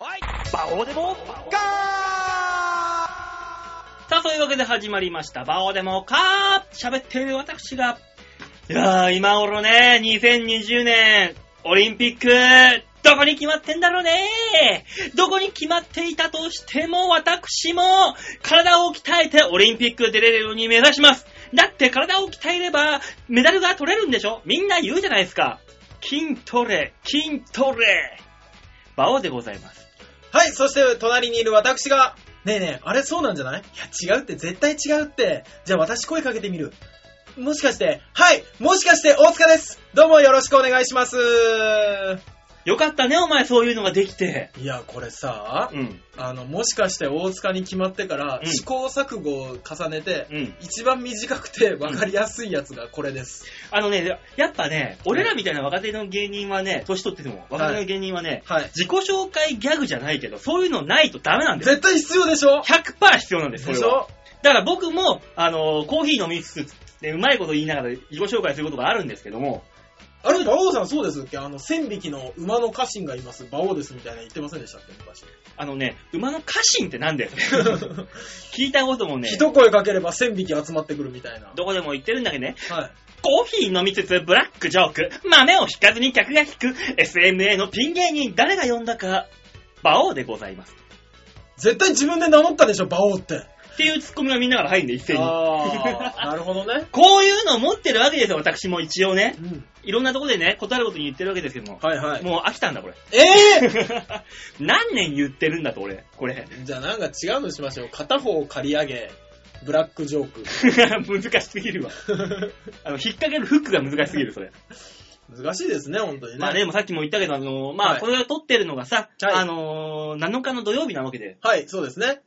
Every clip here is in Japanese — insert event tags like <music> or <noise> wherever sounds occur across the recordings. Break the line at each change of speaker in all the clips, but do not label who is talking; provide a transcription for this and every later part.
バオデモカーさあ、そういうわけで始まりました。バオデモカー喋っている私が。いやー、今頃ね、2020年、オリンピック、どこに決まってんだろうねどこに決まっていたとしても、私も、体を鍛えてオリンピック出れるように目指します。だって体を鍛えれば、メダルが取れるんでしょみんな言うじゃないですか。筋トレ、筋トレ。バオでございます。
はい、そして隣にいる私が、ねえねえ、あれそうなんじゃないいや、違うって、絶対違うって。じゃあ私声かけてみる。もしかして、はい、もしかして大塚です。どうもよろしくお願いします。
よかったね、お前そういうのができて。
いや、これさ、
うん。
あの、もしかして大塚に決まってから、
うん
試行錯誤を重ねて、
うん。
一番短くて分かりやすいやつがこれです。
あのね、やっぱね、俺らみたいな若手の芸人はね、年取ってても、若手の芸人はね、
はい。
自己紹介ギャグじゃないけど、そういうのないとダメなんです。
絶対必要でしょ
100%必要なんです、そ
で
れ
し
は。
ょ
だから僕も、あのーコーヒー飲みつつ、ねうまいこと言いながら自己紹介することがあるんですけども、
あれ、馬王さんそうですっけあの、千匹の馬の家臣がいます、馬王ですみたいな言ってませんでしたっけ昔。
あのね、馬の家臣ってなんだよ。 <laughs> 聞いたこともね、
一声かければ千匹集まってくるみたいな。
どこでも言ってるんだけどね、
はい。
コーヒー飲みつつブラックジョーク、豆を引かずに客が引く、SMA のピン芸人誰が呼んだか、馬王でございます。
絶対自分で名乗ったでしょ、馬王って。
っていうツッコミがみんなから入るんで、一斉に。
あ <laughs> あ、なるほどね。
こういうのを持ってるわけですよ、私も一応ね
う。ん。
いろんなとこでね、答えることに言ってるわけですけども。
はいはい。
もう飽きたんだ、こ
<laughs>
れ。
ええ
何年言ってるんだと、俺。これ。 <laughs>
じゃあなんか違うのしましょう。片方を借り上げ、ブラックジョーク。
難しすぎるわ。
<laughs>
あの、引っ掛けるフックが難しすぎる、それ。
難しいですね、本当にね。
まあでもさっきも言ったけど、あの、ま
は
あ
い
これが撮ってるのがさ、
はい
あのー、7日の土曜日なわけで、
はい、そうですね。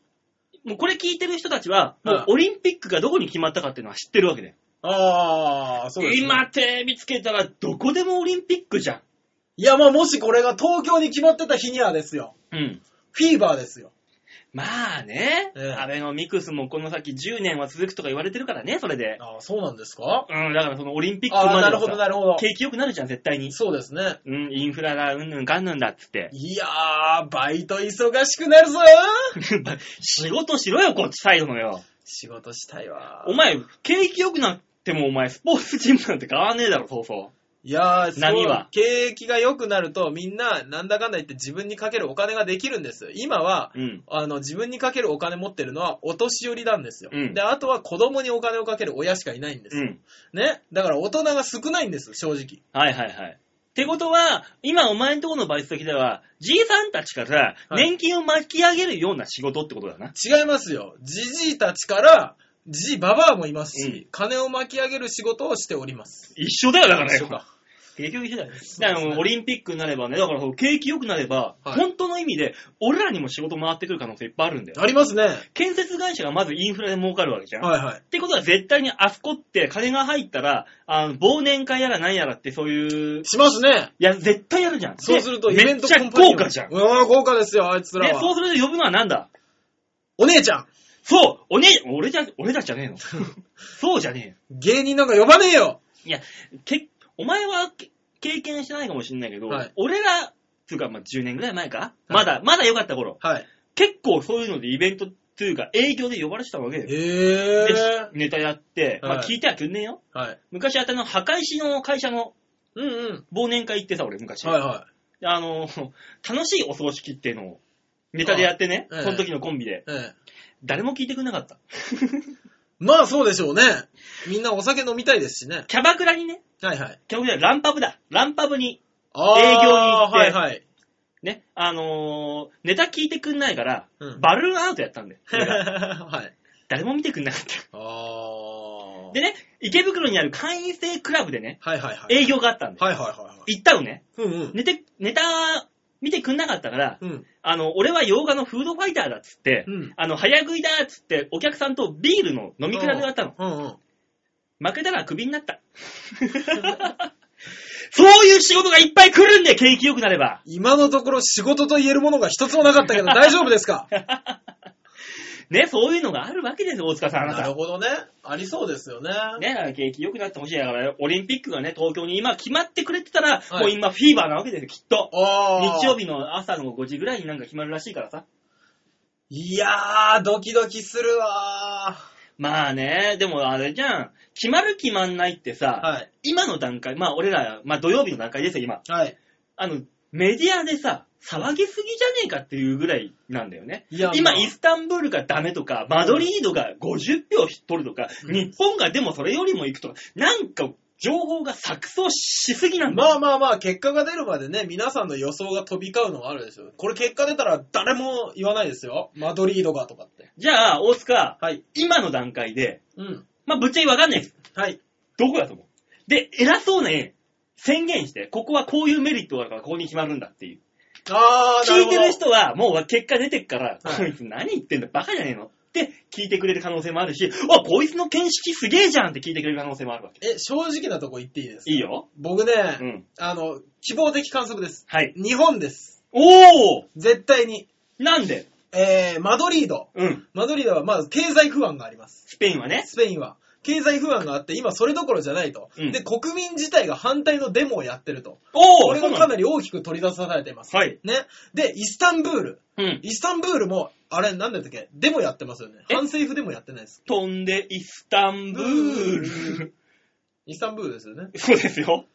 もうこれ聞いてる人たちは、も
は
う
い
オリンピックがどこに決まったかっていうのは知ってるわけで。
ああ、そうです、ね。
今テレビつけたらどこでもオリンピックじゃん。
いや、まあもしこれが東京に決まってた日にはですよ。
うん。
フィーバーですよ。
まあね、
ええ
アベノミクスもこの先10年は続くとか言われてるからね、それで。
ああ、そうなんですか
うん、だからそのオリンピックまで
ああ、
は
な
さ
るほど、なるほど。
景気良くなるじゃん、絶対に。
そうですね。
うん、インフラだ、うんぬんかんぬんだっつって。
いやー、バイト忙しくなるぞ
仕事しろよ、こっちサイドのよ。
仕事したいわ
お前、景気良くなってもお前、スポーツチームなんて変わんねえだろ、そうそ
いやー、そう
波は
景気が良くなると、みんな、なんだかんだ言って自分にかけるお金ができるんです。今は、
う。うん。
あの、自分にかけるお金持ってるのはお年寄りなんですよ。
うん
で、あとは子供にお金をかける親しかいないんです
う
よ。
ん。
ね。だから大人が少ないんです、正直。
はいはいはい。ってことは、今お前んとこのバイト先では、じいさんたちから
はい
年金を巻き上げるような仕事ってことだな。
違いますよ。じじいたちから、じじいばばあもいますし、
うん
金を巻き上げる仕事をしております。
一緒だよ、だから
一緒
よ。
か。
結局一緒だよ。
すね
だからもうオリンピックになればね、だからその景気良くなれば、
はい
本当の意味で、俺らにも仕事回ってくる可能性いっぱいあるんだよ。
ありますね。
建設会社がまずインフラで儲かるわけじゃん。
はいはい。
ってことは絶対にあそこって金が入ったら、あの、忘年会やら何やらってそういう、い
しますね。
や、絶対やるじゃん。
そうすると、イ
で
ベン
めっ
トコ
ちゃ
ンパニオン
豪華じゃん。で、
うん、豪華ですよ、あいつら
そ
は。
うすると呼ぶのはなんだ
お姉ちゃん
そうおね、俺じゃ、俺たちじゃねえ
<laughs>
の。そうじゃね
芸人なんか呼ばねえよ
えよ。け、お前はけ経験してないかもしれないけど、
はい
俺ら、つうか、まあ、10年ぐらい前か、まだ、まだ良かった頃。
はい。
結構そういうのでイベントっていうか、営業で呼ばれてたわけよ。
え
でネタやって、まあ、
はい
聞いてはくんねえよ。
はい。
昔あったの、墓石の会社の
うんうん。
忘年会行ってさ、俺昔。
はいは
あの、 <laughs> 楽しいお葬式っていうのをネタでやってね、
ああええ
その時のコンビで。
い。ええ。
誰も聞いてくれなかった。
まあそうでしょうね。みんなお酒飲みたいですしね。
キャバクラにね、
はいはい。
キャバクラ、ランパブだ。ランパブに、
あー
営業に行って
はいはい。
ね、あのーネタ聞いてくんないから、
うん。
バルーンアウトやったんで
<laughs> はい。
誰も見てくんなかった。
あー。
でね、池袋にある会員制クラブでね、
はいはいはい。
営業があったんで。
はいはいはいはい。
行ったのね、
うんうん。
ネタ、ネタ見てくんなかったから、
うん。
あの、俺は洋画のフードファイターだっつって、
うん。
あの、早食いだっつって、お客さんとビールの飲み比べがあったの。
うんうん。
負けたらクビになった。 <laughs> そういう仕事がいっぱい来るんで、景気良くなれば。
<laughs> 今のところ仕事と言えるものが一つもなかったけど大丈夫ですか
だかね、そういうのがあるわけですよ、大塚さん。あな
なる
た。
ほどね。ありそうですよね。
ね、だから景気良くなってほしい。だから、オリンピックがね、東京に今決まってくれてたら、
はい
もう今フィーバーなわけですよ、きっと。
ああ。
日曜日の朝の5時ぐらいになんか決まるらしいからさ。
いやー、ドキドキするわ
まあね、でもあれじゃん。決まる決まんないってさ
ー。、はい。
今の段階、まあ俺ら、まあ土曜日の段階ですよ、今。
はい。
あの、メディアでさ、騒ぎすぎじゃねえかっていうぐらいなんだよね。
いや
今、
まあ
イスタンブールがダメとか、マドリードが50票取るとか、
うん
日本がでもそれよりも行くとか、なんか情報が錯綜しすぎなんだよ。
まあまあまあ、結果が出るまでね、皆さんの予想が飛び交うのはあるでしょう。これ結果出たら誰も言わないですよ。マドリードがとかって。
じゃあ、大塚、
はい。
今の段階で、
うん。
まあぶっちゃけわかんないです。
はい。
どこだと思うで、偉そうに宣言して、ここはこういうメリットがあるから、ここに決まるんだっていう。
あー、な
聞
る
い
ほ
て
ど。
る人は、もう結果出てっから、
はい
こいつ何言ってんだ、バカじゃねえのって聞いてくれる可能性もあるし、あ、こいつの見識すげえじゃんって聞いてくれる可能性もあるわけ。
え、正直なとこ言っていいですか
いいよ。
僕ね、
うん。
あの、希望的観測です。
はい。
日本です。
おー
絶対に。
なんで
えー、マドリード。
うん。
マドリードは、まあ、経済不安があります。
スペインはね。
スペインは。経済不安があって、今それどころじゃないと。
うん
で、国民自体が反対のデモをやってると。
お
こ
ー
れ
そう
が
な
か
んだ
なり大きく取り出されています。
はい。
ね。で、イスタンブール。
うん。
イスタンブールも、あれ、なんだったっけデモやってますよね。
え
反政府デモやってないです。
飛んでイスタンブール。
イスタンブールですよね。
<laughs> そうですよ。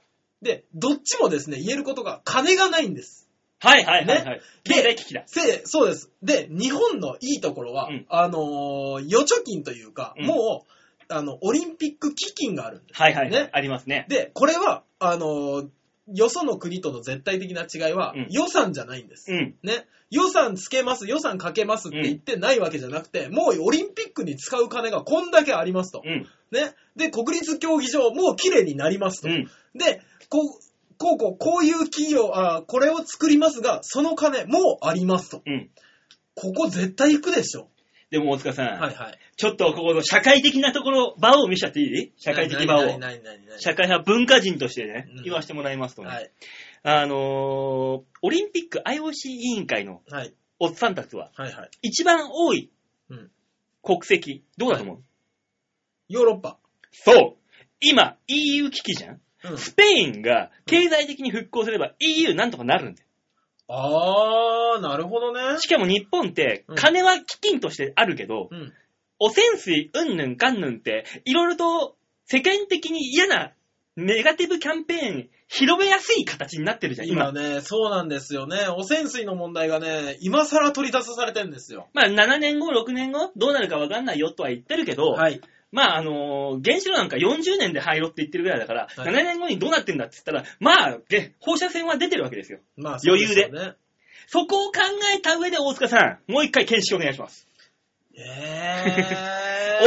で、どっちもですね、言えることが、金がないんです。
はいはいはいはい。
で
経済危機だ。
せそうです。で、日本のいいところは、
うん
あのー預貯金というか、
うん
もう、あの、オリンピック基金があるんです。
はいはいはい
ね。
ありますね。
で、これは、あのーよその国との絶対的な違いは、
うん
予算じゃないんです。
うん。
ね。予算つけます、予算かけますって言ってないわけじゃなくて、もうオリンピックに使う金がこんだけありますと。
うん。
ね。で、国立競技場、もう綺麗になりますと。
うん。
で、こう、こうこう、こういう企業、あーこれを作りますが、その金、もうありますと。
うん。
ここ絶対行くでしょ。
でも大塚さん、
はいはい。
ちょっとここの社会的なところ、場を見せちゃっていい社会的場を。
ないないないない
社会派文化人としてね
うん、
言わせてもらいますとね、
はい。
あのーオリンピック IOC 委員会の
はい。
おっさんたちは、
はいはい。
一番多い
うん
国籍、どうだと思う、
ヨーロッパ。
そう今、EU 危機じゃん
うん。
スペインが経済的に復興すれば EU なんとかなるんだよ。
あー、なるほどね。
しかも日本って
うん、
金は基金としてあるけど、
うん。
汚染水うんぬんかんぬんって、いろいろと世間的に嫌なネガティブキャンペーン広めやすい形になってるじゃん、今。
今ね、そうなんですよね。汚染水の問題がね、今更取り出さされてんですよ。
まあ7年後、6年後、どうなるかわかんないよとは言ってるけど、
はい。
まああのー原子炉なんか40年で廃炉って言ってるぐらいだから、
はい
7年後にどうなってんだって言ったら、まあ、で放射線は出てるわけですよ。
まあ、
余裕で
そうすよね。
そこを考えた上で大塚さん、もう一回検証お願いします。
え ー。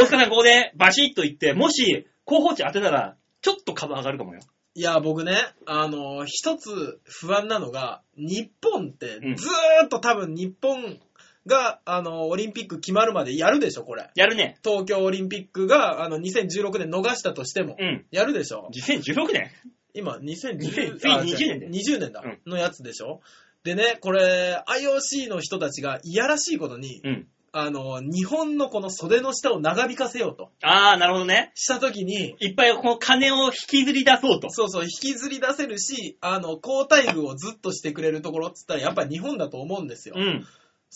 <laughs> 大塚さん、ここでバシッと言って、もし候補地当てたら、ちょっと株上がるかもよ。
いや、僕ね、あのー一つ不安なのが、日本って
うん
ずーっと多分日本が、あのーオリンピック決まるまでやるでしょ、これ。
やるね。
東京オリンピックが、あの、2016年逃したとしても。
うん。
やるでしょ
2016年
今、
2020
2010
年
あ違う
だよ
20年だ
うん。
のやつでしょでね、これ、IOC の人たちがいやらしいことに、
うん。
あの、日本のこの袖の下を長引かせようと
ああ、なるほどね。
したときに、
いっぱいこの金を引きずり出そうと。
そうそう、引きずり出せるし、あの、交代具をずっとしてくれるところっつったら、やっぱり日本だと思うんですよ。
うん。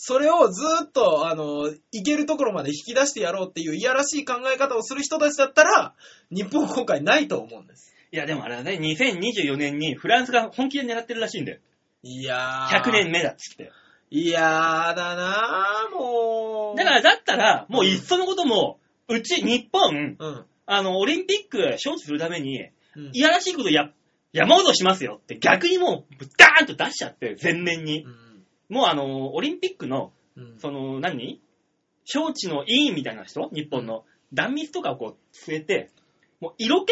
それをずっと、あの、いけるところまで引き出してやろうっていういやらしい考え方をする人たちだったら、日本今回ないと思うんです。
いや、でもあれだね、2024年にフランスが本気で狙ってるらしいんだよ。
いやー。
100年目だっつって。
いやーだなー、もう。
だから、だったら、もういっそのことも、うち、日本、
うん、
あの、オリンピック招致するために、
うん。
いやらしいことや、山ほどしますよって、逆にもう、ダーンと出しちゃって、全面に。
うん
もうあの、オリンピックの、
うん
その何、招致の委員みたいな人日本の。断密とかをこう、据えて、もう色気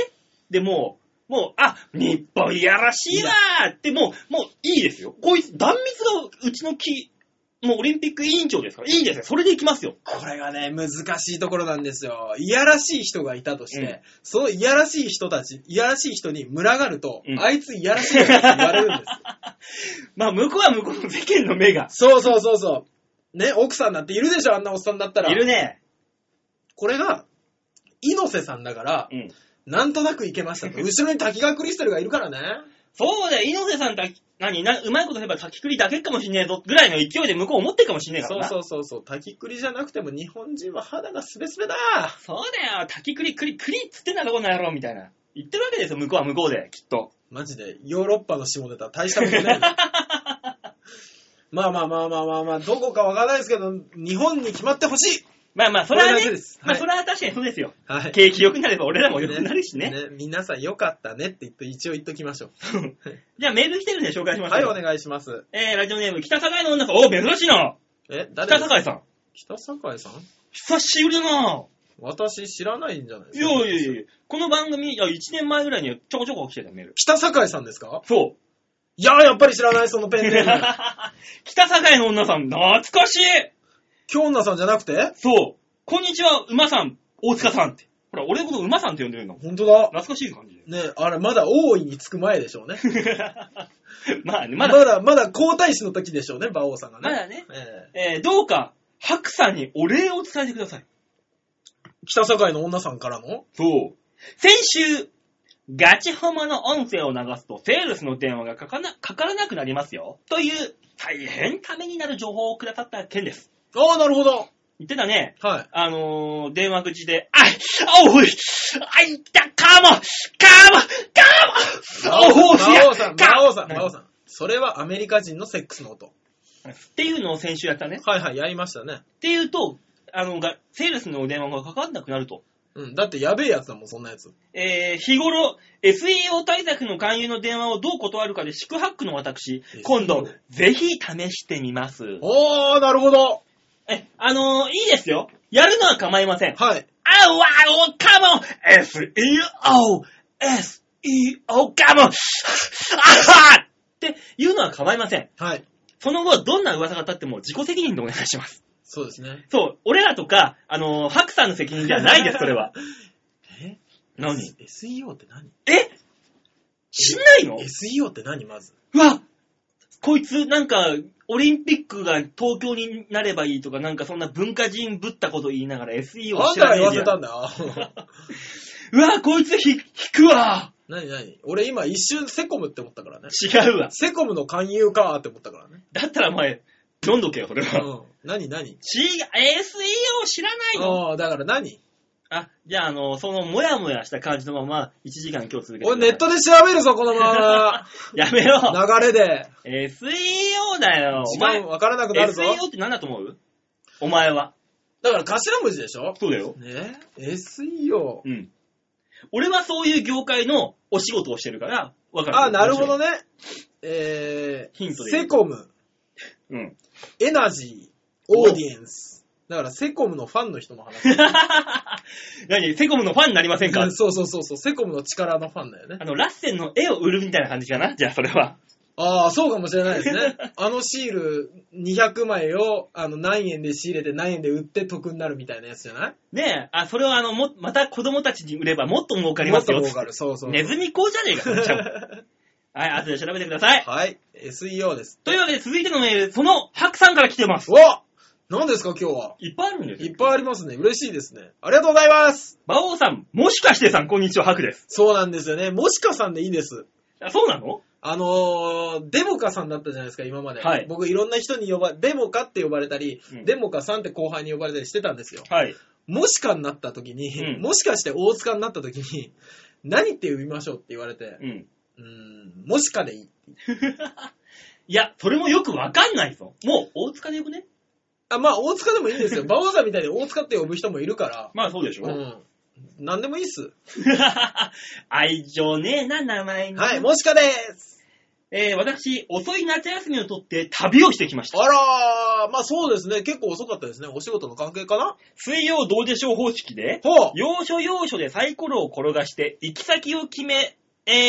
でもう、もう、あ、日本いやらしいわーって、もう、もういいですよ。こいつ、断密がうちの木、もうオリンピック委員長ですから、いいですよ。それでいきますよ。
これがね、難しいところなんですよ。いやらしい人がいたとして、
うん
そのいやらしい人たち、いやらしい人に群がると、
うん
あいついやらしいやつって言われるんですよ。
まあ、向こうは向こうの世間の目が。
そうそうそうそう。ね、奥さんなんているでしょ、あんなおっさんだったら。
いるね。
これが、猪瀬さんだから
う、ん。
なんとなくいけまし
<laughs>
たと。後ろに滝川クリスタルがいるからね。
そうだよ、猪瀬さんだ、何な、うまいこと言えば滝くりだけかもしんねえぞ、ぐらいの勢いで向こう思ってるかもしんねえから
そう
な。
そううそうそう。滝クリじゃなくても日本人は肌がスベスベだ。
そう。だよ、滝くり、くり、くりっつってんだろ、この野郎、みたいな。言ってるわけですよ、向こうは向こうで、きっと。
マジで、ヨーロッパの下ネタ大したこ
<laughs>
とない。まあまあまあまあまあまあ、どこかわからないですけど、日本に決まってほしい
まあまあ、それはね
これだけです、
まあ
はい
それは確かにそうですよ。
はい。
景気良くなれば俺らも良くなるしね。
皆さんよかったねって言って、一応言っときましょ
<laughs> じゃあメール来てるんで紹介し
う。
ましょ
は
う
い、
よ。
お願いします。
えー、ラジオネーム、北境の女さん。おー、珍しいな。
え、誰
北
ですか
境さん。
北酒井さん
久しぶりだな。
私知らないんじゃないで
い
す
や
か
いやいや、この番組、いや、1年前ぐらいにちょこちょこ来てたメール。
北酒井さんですか
そう。
<laughs> いやー、やっぱり知らない、そのペンネー
<laughs>
ム。
北境の女さん、懐かしい
京女さんじゃなくて
そう。こんにちは、馬さん、大塚さんって。ほら、俺のこと馬さんって呼んでるの。
本当だ。
懐かしい感じで。
ねあれ、まだ大いにつく前でしょうね。
<laughs> まあね、
ま
まだ、
だ、まだ皇太子の時でしょうね、馬王さんがね。
まだね。
ええ
えーどうか、白さんにお礼を伝えてください。
北酒井の女さんからの
そう。先週、ガチホモの音声を流すとセールスの電話がかかなかからなくなりますよ。という、大変ためになる情報をくださった件です。
ああ、なるほど。
言ってたね。
はい。
あのー、電話口で、あい、おい、あいた、かも、かも、かも、おう
馬王さん、
か
馬王さん、
な
馬王さん。それはアメリカ人のセックスの音。
っていうのを先週やったね。
はいはい、やりましたね。
っていうと、あの、がセールスの電話がかかんなくなると。
うん、だってやべえやつだもん、そんなやつ。
えー、日頃、SEO 対策の勧誘の電話をどう断るかで、宿泊の私、今度、ぜひ試してみます。
おー、なるほど。
え、あのー、いいですよ。やるのは構いません。
はい。
あわおかも !SEO! SEO かもあはっていうのは構いません。
はい。
その後、どんな噂が立っても自己責任でお願いします。
そうですね。
そう、俺らとか、あのー、ハクさんの責任じゃないです、それは。
え
何
?SEO って何
え知んないの
?SEO って何まず。
うわこいつ、なんか、オリンピックが東京になればいいとか、なんかそんな文化人ぶったこと言いながら SEO
あん
知
た
ら
が
ね
言
え
わ
じゃ
せ
ん
たんだよ。
うわこいつひ引くわ
<laughs> 何何俺今一瞬セコムって思ったからね。
違うわ。
セコムの勧誘かーって思ったからね。
だったらお前、読んどけよ、それは。
うん。何何
違う、SEO 知らないの
ああ、だから何
あ、じゃあ、あの、その、もやもやした感じのまま、1時間今日続けてください。
俺ネットで調べるぞ、このま
やめろ
<laughs> ま。流れで。
!SEO だよお
時
前
間、分からなくなるぞ。
SEO って何だと思うお前は。
だから頭文字でしょ
そうだよ。
ね ?SEO。
うん。俺はそういう業界のお仕事をしてるから、わかる。
あ、なるほどね。え
ヒント
ー、
で言う
セコム、
うん。
エナジー、オーディエンス。だからセコムのファンの人の話。
何セコムのファンになりませんか
そうそうそうそう、セコムの力のファンだよね
あ。の、ラッセンの絵を売るみたいな感じかなじゃあ、それは。
ああ、そうかもしれないですね。あのシール200枚をあの何円で仕入れて何円で売って得になるみたいなやつじゃない
ねえ、あ、それはあの、も、また子供たちに売ればもっと儲かりますよ。
もっと儲かる。そうそう。
ネズミ講じゃねえか、それ <laughs> じゃあはい、後で調べてください。
はい。SEO です。
というわけで続いてのメール、その、ハクさんから来てます。
お何ですか今日は。
いっぱいあるんです
い
よ
っ。ぱいありますね。嬉しいですね。ありがとうございます。
馬王さん、もしかしてさん、こんにちは、ハクです。
そうなんですよね。もしかさんでいいです。
あ、そうなの
あのー、デモカさんだったじゃないですか、今まで。
はい
僕いろんな人に呼ば、デモカって呼ばれたり、
うん
デモカさんって後輩に呼ばれたりしてたんですよ。
はい。
もしかになった時に、
うん
もしかして大塚になった時に、何って呼びましょうって言われて、
うん。
うーん、もしかでいい。
いや、それもよくわかんないぞ。もう、大塚でよくね
あ、まあ大塚でもいいん <laughs> ですよ。馬王さんみたいに大塚って呼ぶ人もいるから、
まあ、そうでしょ。
うん。何でもいいっす。
<laughs> 愛情ねえな、名前に。
はい、もしかです。
えー、私、遅い夏休みをとって旅をしてきました。
あらー、まあそうですね。結構遅かったですね。お仕事の関係かな
水曜どうでしょう方式で、
ほう。
要所要所でサイコロを転がして、行き先を決め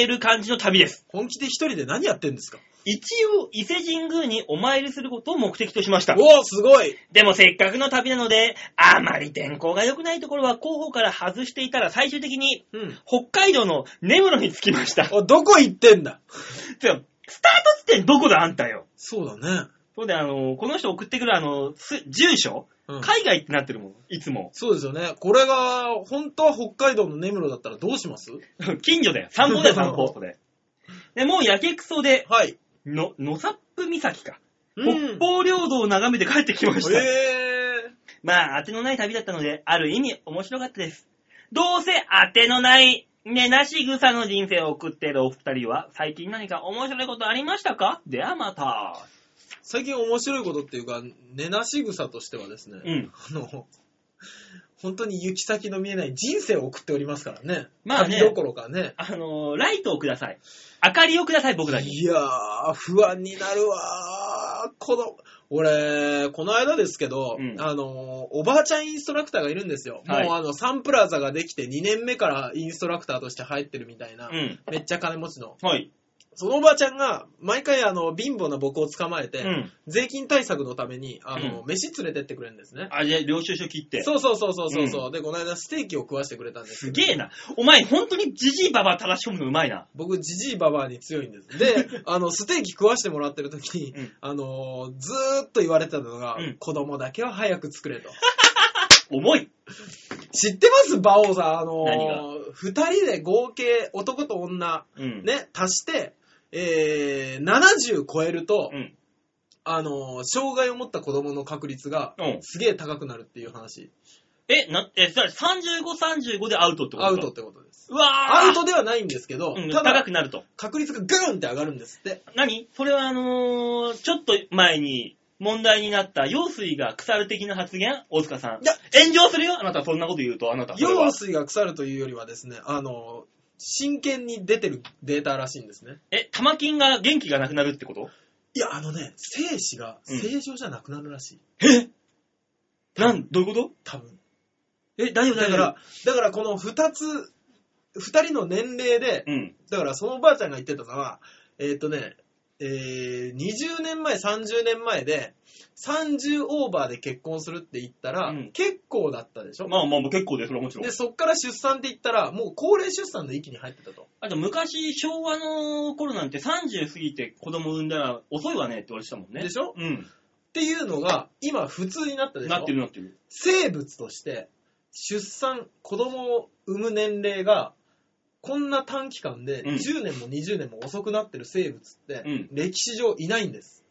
る感じの旅です。
本気で一人で何やってんですか
一応、伊勢神宮にお参りすることを目的としました。
おお、すごい。
でもせっかくの旅なので、あまり天候が良くないところは候補から外していたら最終的に、
うん。
北海道の根室に着きました。
お、どこ行ってんだ
じゃあスタート地点どこだあんたよ。
そうだね。
そうで、あの、この人送ってくる、あの、す住所、
うん
海外ってなってるもん、いつも。 <laughs>
そうですよね。これが、本当は北海道の根室だったらどうします
近所だよ。散歩だよ、散歩。それ。で、もうやけくそで、
はい。
の、野サップ岬か。
う
北
ん
方領土を眺めて帰ってきました。
え
まあ、当てのない旅だったので、ある意味面白かったです。どうせ当てのない、ねなし草の人生を送っているお二人は、最近何か面白いことありましたかではまた。
ー、最近面白いことっていうか、寝なし草としてはですね、
うん
あの、本当に行き先の見えない人生を送っておりますからね。
まあね
旅どころかね。
あのーライトをください。明かりをください、僕らに。
いやー、不安になるわー。この、俺、この間ですけど、
うん
あの、おばあちゃんインストラクターがいるんですよ。
はい
もうあの、サンプラザができて2年目からインストラクターとして入ってるみたいな、
うん。
めっちゃ金持ちの。
はい。
そのおばあちゃんが、毎回あの、貧乏な僕を捕まえて、
うん。
税金対策のために、あ
う
の、
ん
飯連れてってくれるんですね。
あれ、領収書切って。
そうそうそうそうそうそう、で、この間ステーキを食わしてくれたんです
す。げえな。お前、本当にジジイババア垂らし込むのうまいな。
僕、ジジイババアに強いんで
<laughs>
す。で、あの、ステーキ食わしてもらってる時に、
うん
あのーずーっと言われてたのが、
うん
子供だけは早く作れと。
重い。
知ってます馬王さん、あの
何が
ー、二人で合計男と女、
うん。
ね、足して、えー、70超えると、
うん。
あのー障害を持った子供の確率が、
うん
すげえ高くなるっていう話。
え、な、え、じゃあ35、35でアウトってこと
アウトっ。てことです。
うわー
アウトではないんですけど、
うん、
た
高
だ
くなると。
確率がグーンって上がるんですって。
何それはあのー、ちょっと前に問題になった、用水が腐る的な発言大塚さん。
いや
炎上するよあなた、そんなこと言うと、あなた。それは
用水が腐るというよりはですね、あの、真剣に出てるデータらしいんですね。
え、玉金が元気がなくなるってこと
いや、あのね、精子が
うん
正常じゃなくなるらしい。
えなん、どういうこと
多分。
え、大丈夫、
だ
大丈夫。
から、だからこの二つ、二人の年齢で、
うん。
だからそのおばあちゃんが言ってたのは、えーっ、とね、えー20年前、30年前で、30オーバーで結婚するって言ったら、
うん
結構だったでしょ、
まあまあ、結構です、それはもちろん
で、。そっから出産って言ったら、もう高齢出産の域に入ってたと。
あと、昔、昭和の頃なんて30過ぎて子供産んだら遅いわねって言われてたもんね。
でしょ
うん。
っていうのが、今普通になったでしょ
なってるなってる。
生物として、出産、子供を産む年齢が、こんな短期間で
うん
10年も20年も遅くなってる生物って
うん、
歴史上いないんです。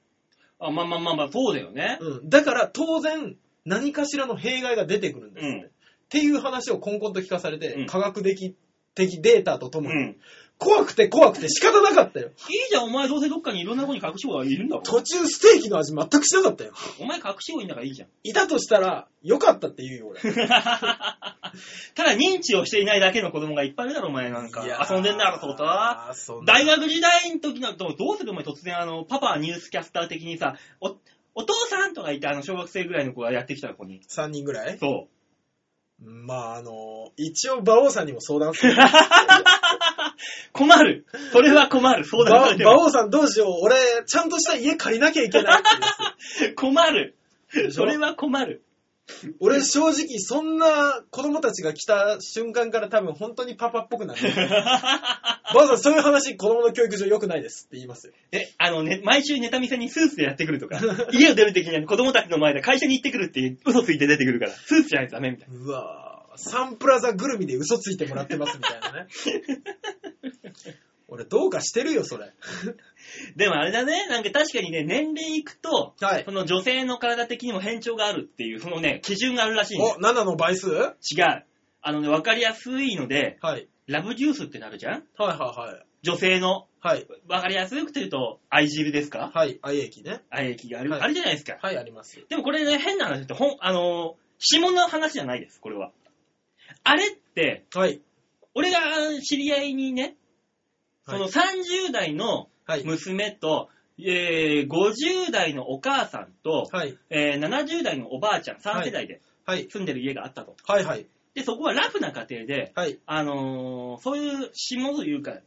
あ、まあまあまあまあ、そうだよね。
うん、だから当然、何かしらの弊害が出てくるんですって。
うん
っていう話をコンコンと聞かされて、
うん
科学的的データとと
う
もに、
ん。
怖くて怖くて仕方なかったよ。
いいじゃん、お前どうせどっかにいろんなとこに隠し子がいるんだろ。
途中ステーキの味全くしなかったよ。
お前隠し子いんだからいいじゃん。
いたとしたら、良かったって言うよ、俺。
<laughs> ただ認知をしていないだけの子供がいっぱいいるだろ、お前なんか。遊んでんだろ、そうとは。
あーそんな
大学時代の時の、どうどうするお前突然あの、パパニュースキャスター的にさ、お、お父さんとか言ってあの、小学生ぐらいの子がやってきた子に。
3人ぐらい
そ
まあ、あの、一応、馬王さんにも相談する。
う。困る。それは困る。 <laughs> そうだ
馬
ね。
馬王さんどうしよう。俺、ちゃんとした家借りなきゃい
<laughs>
けないって
困る。
でしょ
それは困る。
言うんですよ俺、正直、そんな子供たちが来た瞬間から多分本当にパパっぽく
<laughs>
なる。馬王さん、そういう話、子供の教育上良くないですって言いますよ。
え、あのね、毎週ネタ見せにスーツでやってくると <laughs> か、家を出る時に子供たちの前で会社に行ってくるっていう嘘ついて出てくるから、スーツじゃないとダメみたいな。
うわぁ、サンプラザぐるみで嘘ついてもらってますみたい
<laughs>
なね。俺、どうかしてるよ、それ。
でもあれだね、なんか確かにね、年齢いくと、
はい
そ。の女性の体的にも変調があるっていう、そのね、基準があるらしいんです
お、7の倍数はい。
違う。あのね、わかりやすいので、
はい
ラブジュースってなるじゃん
はいはい。
女性の、
はい。
わかりやすくて言うと、愛汁ですか
はい、愛液ね。
愛液がある、
はい
あるじゃないですか。
はい、あります。
でもこれね、変な話って、ほん、あのー、下の話じゃないです、これは。あれって、
はい。
俺が知り合いにね、その
はい
30代の
はい。
娘と、えー、50代のお母さんと、
はい。
えー、70代のおばあちゃん3世代で
はい。
住んでる家があったと。
はいはい。
で、そこはラフな家庭で、
はい。
あのーそういう下というか、
まあ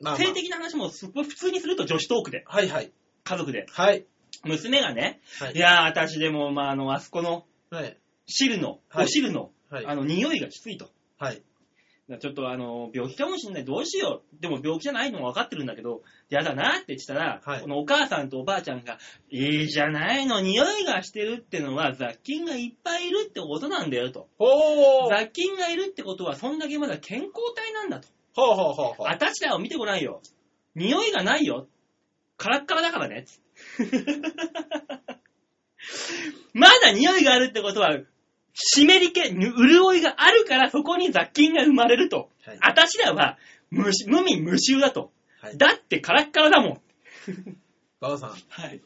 まあ
性的な話もすごい普通にすると女子トークで、
はいはい。
家族で。
はい。
娘がね、、
はいい
やー、私でも、まあ、あの、あそこの
はい。
汁の、
はい
お汁の、
はい
あの、匂いがきついと。
はい。
ちょっとあの、病気かもしんない。どうしよう。でも病気じゃないのも分かってるんだけど、嫌だなって言ってたら、
はい
このお母さんとおばあちゃんが、いいじゃないの、匂いがしてるってのは雑菌がいっぱいいるってことなんだよと。
おー
雑菌がいるってことは、そんだけまだ健康体なんだと。
ほうほうほうほう。
私らを見てごらんよ。匂いがないよ。カラッカラだからね。 <laughs> つまだ匂いがあるってことは、湿り気、ぬ潤いがあるからそこに雑菌が生まれると。
はい
私らは無し無味無臭だと。
はい。
だってカラッカラだもん。
バオさん、
はい。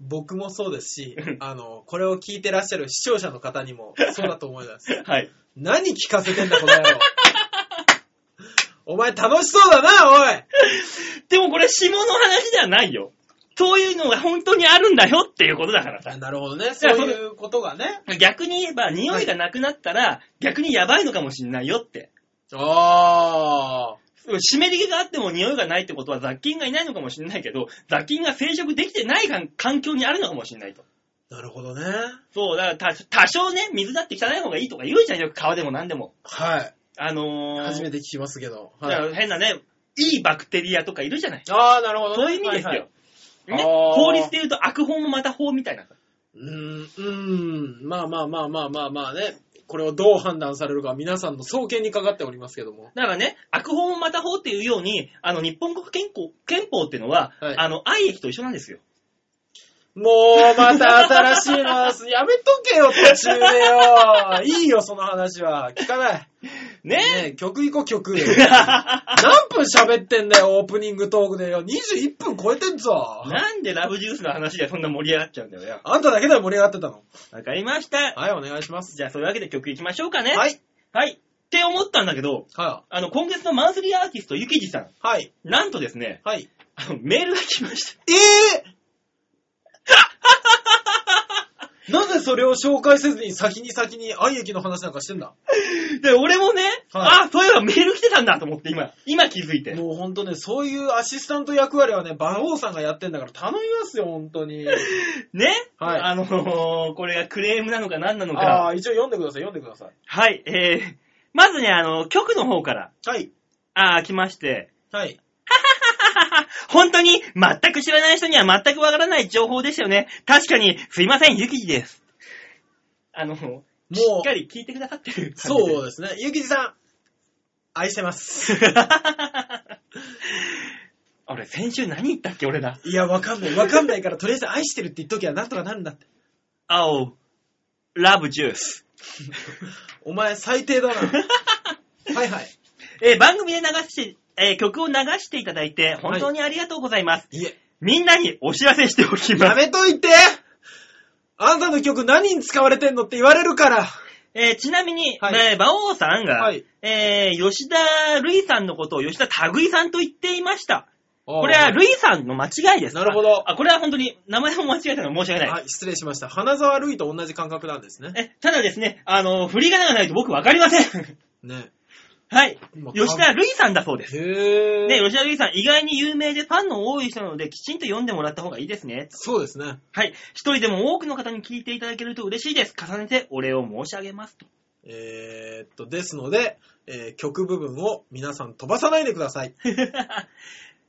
僕もそうですし
うん、
あの、これを聞いてらっしゃる視聴者の方にもそうだと思います。 <laughs>
はい。
何聞かせてんだ、この野郎。お前楽しそうだな、おい
でもこれ下の話ではないよ。そういうのが本当にあるんだよっていうことだからさ
あ。なるほどね。そういうことがね。
逆に言えば匂いがなくなったら逆にやばいのかもしんないよって。
あ
湿り気があっても匂いがないってことは雑菌がいないのかもしれないけど、雑菌が生殖できてない環環境にあるのかもしれないと。
ー。なるほどね。
そう、だから多多少ね、水だって汚い方がいいとか言うじゃんよ、川でも何でも。
はい。
あのー、
初めて聞きますけど。
だか
はい。
ら変なね、いいバクテリアとかいるじゃない。
あー、なるほどね。
そういう意味ですよ。
はいはい
ね、
あー
法律で言うと悪法もまた法みたいな。
うーん、うーん。まあまあまあまあまあまあね。これをどう判断されるかは皆さんの総見にかかっておりますけども。
だからね、悪法もまた法っていうように、あの、日本国憲法憲法っていうのは、
はい
あの、愛益と一緒なんですよ。
もう、また新しいのです。 <laughs> やめとけよ、途中でよ。 <laughs> いいよ、その話は。聞かない。
ね <laughs>
ねえ、曲行こう、 <laughs> 曲。何分喋ってんだよ、オープニングトークでよ。21分超えてんぞ。
なんでラブジュースの話でそんな盛り上がっちゃうんだよよ。
あんただけだよ、盛り上がってたの。
わかりました。
はい、お願いします。
じゃあ、そういうわけで曲いきましょうかね。。
はいい。
はい。って思ったんだけど、
は
あの、今月のマンスリーアーティスト、ゆきじさん、
い。はい。
なんとですね、
はい。
あのメールが来ました。
ええ <laughs> ー、なぜそれを紹介せずに先に先に愛駅の話なんかしてんだ
で、俺もね、
は
あ、そういえばメール来てたんだと思って、今、今気づいて。
もうほんとね、そういうアシスタント役割はね、馬王さんがやってんだから頼みますよ、ほんと <laughs> に。
ね、
はい
あのーこれがクレームなのか何なの
あ
か。
あ、一応読んでください、読んでください。
はい、えー、まずね、あの、局の方から、
はい。
あー来まして、
はい。
本当に全く知らない人には全くわからない情報ですよね。確かに、すいません、ゆきじです。あの、もう、しっかり聞いてくださってる感じで。
そうですね。ゆきじさん、愛してます。
<laughs> あれ、先週何言ったっけ、俺ら。
いや、わかんない。わかんないから、とりあえず愛してるって言っときゃなんとかなるんだって。
青、ラブジュース。
<laughs> お前、最低だ <laughs> な。はいはい。
えー番組で流して、えー曲を流していただいて、本当にありがとうございます。
いえ、
みんなにお知らせしてお
<laughs>
き
や
ます。
めといてあんたの曲何に使われてんのって言われるから。
えーちなみに、
はい
えー馬王さんが、
はい
えー吉田類さんのことを吉田たぐいさんと言っていました。
こ
これは、ルイさんの間違いです。
なるほど
あ、これは本当に、名前を間違えたのは申し訳ない。
はい、失礼しました。花沢類と同じ感覚なんですね。
え、ただですね、あの、振り仮名がないと僕わかりません。 <laughs>
ね。
はい。
今
吉田類さんだそうです。
へ
ね、
ー。
吉田類さん、意外に有名でファンの多い人なので、きちんと読んでもらった方がいいですね。
そうですね。
はい。一人でも多くの方に聞いていただけると嬉しいです。重ねてお礼を申し上げますと。
えーっと、ですので、えー曲部分を皆さん飛ばさないでください。
<laughs>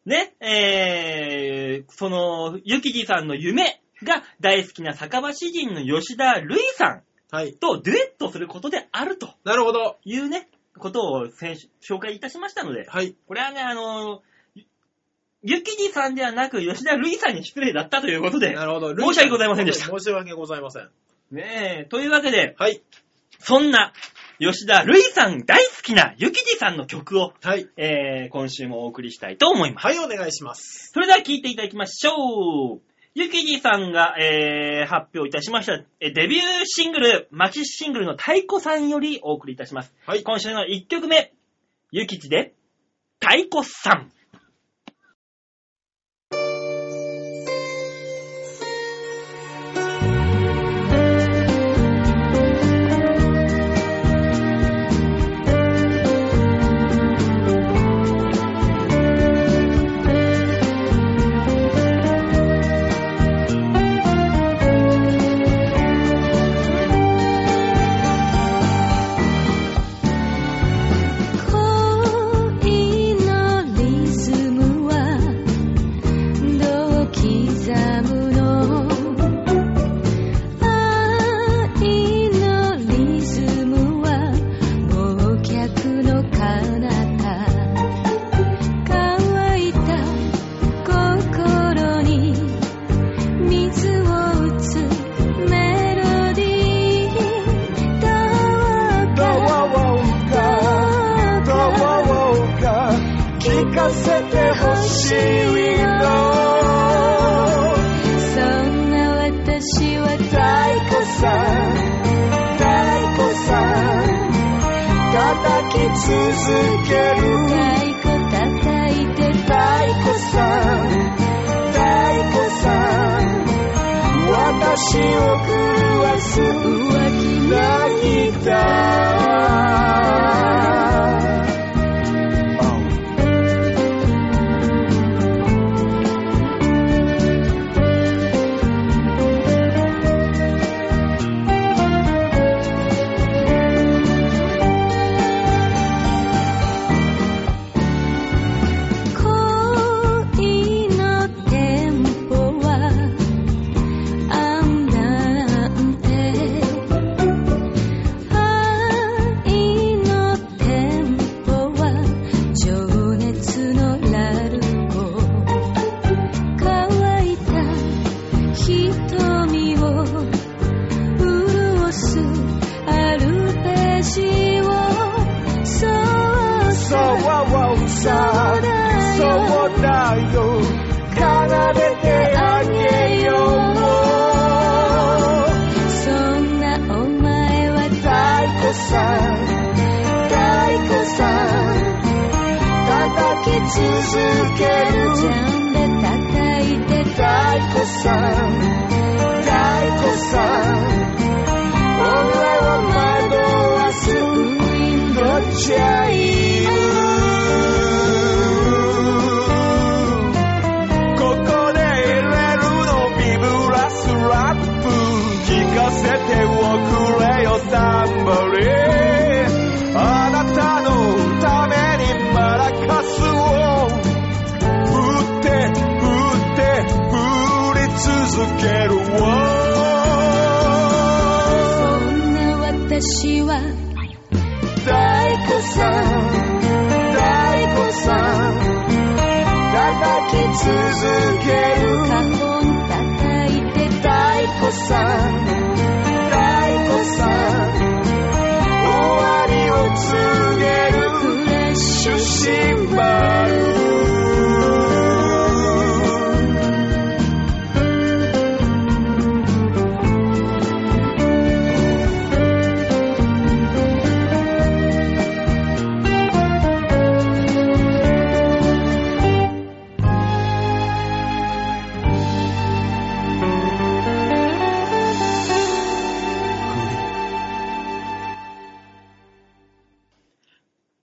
ね、えー、その、ゆきじさんの夢が大好きな酒場詩人の吉田類さ
はい
ん。とデュエットすることであると。
なるほど。
いうね、ことを先週紹介いたしましたので、
はい。
これはね、あのゆゆきじさんではなく、吉田類さんに失礼だったということで、
なるほど。
申し訳ございませんでした
申し訳ございません。
ねえ、というわけで、
はい。
そんな、吉田類さん大好きなゆきじさんの曲を、
はい。
えー、今週もお送りしたいと思います。
はい、お願いします。
それでは聴いていただきましょう。ゆきじさんが、えー、発表いたしました、えデビューシングル、マキシシングルの太鼓さんよりお送りいたします。
はい。
今週の1曲目、ゆきちで、太鼓さん。
「声聞かせてほしいのそんな私は太鼓さん太鼓さん叩き続ける太鼓叩いて太鼓さん太鼓さん私を食わす浮気なギター恋のテンポは安なんて愛のテンポは情熱のラルコ乾いた瞳を潤すアルペジオそう
そ
そ
う
う
そうそうだよ奏でてあげよう
そんなお前は太鼓さん太鼓さん叩き続けるジャンベ叩いて太鼓さん太鼓さん俺を惑わすウィンドチャイル
ここで入れるのビブラスラップ聞かせておくれよサンバリあなたのためにマラカスを振って振って振り続けるわ
そんな私は
太鼓さん太鼓さん叩き続ける
カゴン叩いて
太鼓さん太鼓さん終わりを告げる
フレッシュシンバル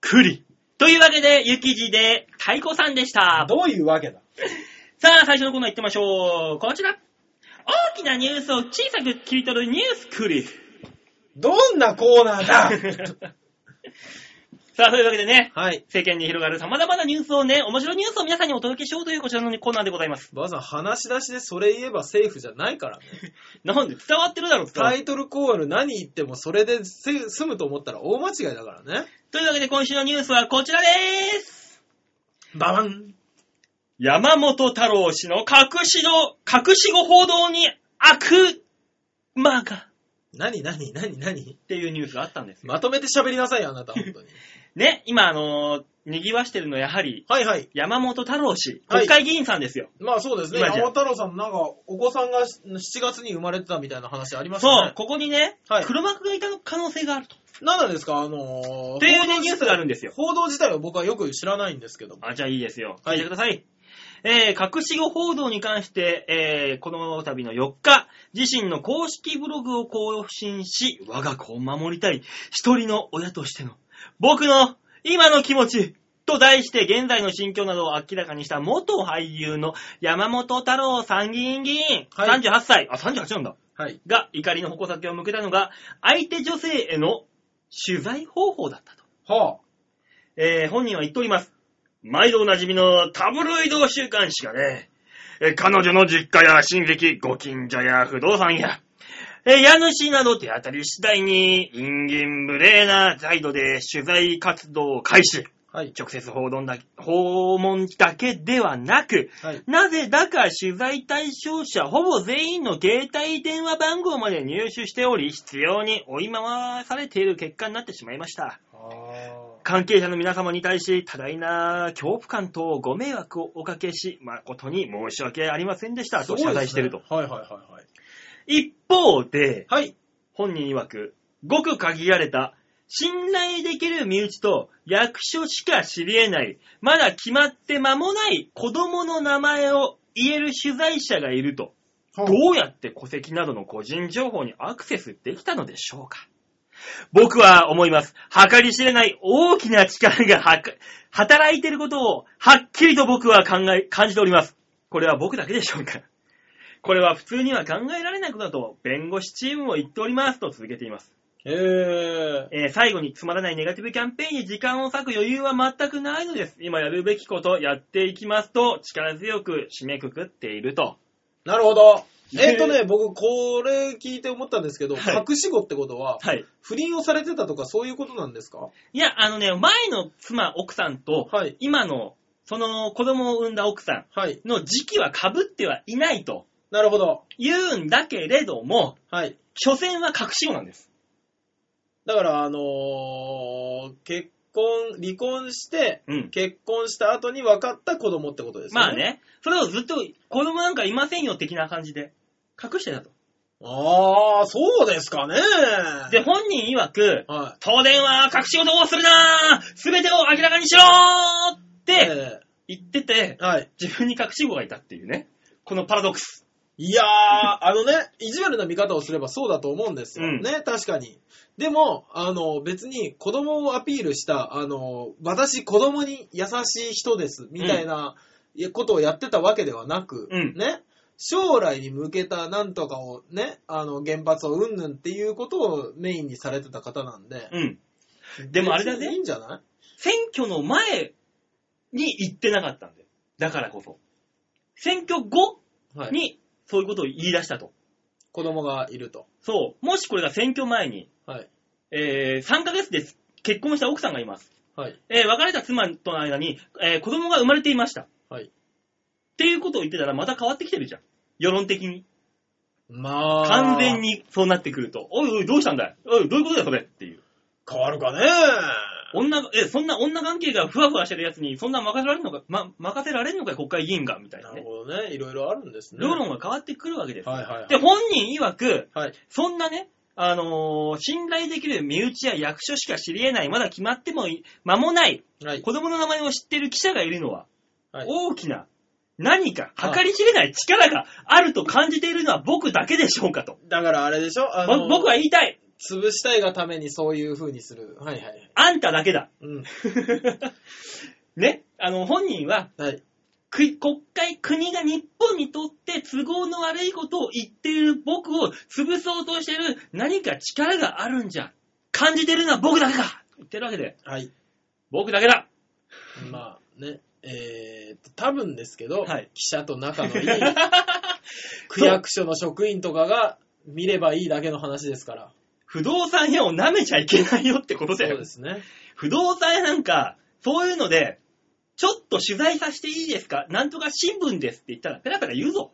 栗。というわけで、ゆきじで太鼓さんでした。
どういうわけだ
さあ、最初のコーナー行ってみましょう。こちら。大きなニュースを小さく切り取るニュース栗。
どんなコーナー
<laughs>
だ
<laughs> さあ、というわけでね、
はい。
世間に広がる様々なニュースをね、面白いニュースを皆さんにお届けしようというこちらのコーナーでございます。
ばあさん、話し出しでそれ言えばセーフじゃないからね。
なんで伝わってるだろう伝わ
タイトルコール何言ってもそれでせ済むと思ったら大間違いだからね。
というわけで今週のニュースはこちらでーす。
ババン
山本太郎氏の隠しの、隠し語報道に悪魔が
何何何何
っていうニュースがあったんですよ。
まとめて喋りなさいよ、あなた、本当に。
ね、今あのー賑わしてるのや <laughs> はり、
はいはい。
山本太郎氏、
は
国
い
会議員さんですよ。
まあそうですね。
今じゃ
山本太郎さん、なんか、お子さんが7月に生まれてたみたいな話ありました
そう
ね、。
ここにね、
はい
黒幕がいた可能性があると。
何なんですかあのー、
っていうね
報道自体
ニュースがあるんですよ
報道自体は僕はよく知らないんですけども。
あ、じゃあいいですよ。
は
聞
い
いてください。えー、隠し語報道に関して、えー、この度の4日、自身の公式ブログを更新し、我が子を守りたい、一人の親としての、僕の今の気持ち、と題して現在の心境などを明らかにした元俳優の山本太郎参議院議員、
はい
38歳、あ、38なんだ、
はい。
が怒りの矛先を向けたのが、相手女性への取材方法だったと。
は
えー本人は言っております。毎度おなじみのタブロイド週刊誌がね、えー彼女の実家や親戚、ご近所や不動産や、えー家主など手当たり次第に、陰銀無礼な態度で取材活動を開始。
あ。はい。
直接報道だ訪問だけではなく、
はい。
なぜだか取材対象者ほぼ全員の携帯電話番号まで入手しており、必要に追い回されている結果になってしまいました。
あー
関係者の皆様に対し、多大な恐怖感とご迷惑をおかけし、誠に申し訳ありませんでしたと謝罪してると。
すごいですねはいはいはいはい。
一方で、
はい。
本人曰く、ごく限られた、信頼できる身内と役所しか知り得ない、まだ決まって間もない子供の名前を言える取材者がいると、どうやって戸籍などの個人情報にアクセスできたのでしょうか僕は思います。計り知れない大きな力がはか働いていることをはっきりと僕は考え、感じております。これは僕だけでしょうかこれは普通には考えられないことだと弁護士チームも言っておりますと続けています。
えー。
えー最後につまらないネガティブキャンペーンに時間を割く余裕は全くないのです。今やるべきことやっていきますと力強く締めくくっていると。
なるほど。
ね
えっ、とね、僕、これ聞いて思ったんですけど、
はい
隠し子ってことは、
はい。
不倫をされてたとかそういうことなんですか
いや、あのね、前の妻、奥さんと、
はい
今の、その子供を産んだ奥さ
はい。
んの時期は被ってはいないと
なるほど。
言うんだけれども、
はい。
所詮は隠し子なんです。
だから、あのー結婚、離婚して、
うん。
結婚した後に分かった子供ってことですよね。
まあ。ね、それをずっと子供なんかいませんよ的な感じで隠してたと。
ああ、そうですかね。
で、本人曰く、
は
東電は隠し事をするなすべてを明らかにしろーっ
い。
て
え
言ってて、
ーはい。
自分に隠し子がいたっていうね、このパラドックス。
いやー、あのね、意地悪な見方をすればそうだと思うんですよ。
うん
ね、確かに。でも、あの、別に子供をアピールした、あの、私子供に優しい人です、みたいなことをやってたわけではなく、
うん
ね、将来に向けたなんとかをね、あの、原発をうんぬんっていうことをメインにされてた方なんで。
うん。でもあれだ
別にい
ね
い、んじゃない
選挙の前に行ってなかったんだよ。だからこそ。選挙後
はい。
にそういうことを言い出したと。
子供がいると。
そう。もしこれが選挙前に、
はい。
えー、3ヶ月です。結婚した奥さんがいます。
はい。
えー、別れた妻との間に、えー、子供が生まれていました。っ
はい。
ていうことを言ってたらまた変わってきてるじゃん。世論的に。
まあ。
完全。にそうなってくると、おいおい、どうしたんだいおい、どういうことだよ、それっていう。
変わるかね
女が、え、そんな女関係がふわふわしてるやつに、そんな任せられるのか、ま、任せられるのかよ、国会議員が、みたいな
なる
ね。
ほどね。いろいろあるんですね。
世論が変わってくるわけです。
はいはいはい。
で、本人曰く、
はい。
そんなね、あのー信頼できる身内や役所しか知り得ない、まだ決まってもい間もない、
はい。
子供の名前を知ってる記者がいるのは、
はい
大きな、何か、
はい
計り知れない力があると感じているのは僕だけでしょうかと。
だからあれでしょあ
ぼ
の、
僕は言いたい。
潰したいがためにそういう風にする。はいはいはい。
あんただけ
<laughs>
だ。
うん。
ね、あの、本人は、
はい。
く国会、国が日本にとって都合の悪いことを言っている僕を潰そうとしている何か力があるんじゃ。感じてるのは僕だけだと言ってるわけで、
はい。
僕だけだ
まあね、えーっと、多分ですけど、
はい
記者と
<laughs>
仲のいい区役所の職員とかが見ればいいだけの話ですから。
不動産屋を舐めちゃいけないよってこと
そ
だ
う
よ
で。すね。
不動産屋なんか、そういうので、ちょっと取材させていいですかなんとか新聞ですって言ったらペラペラ言うぞ。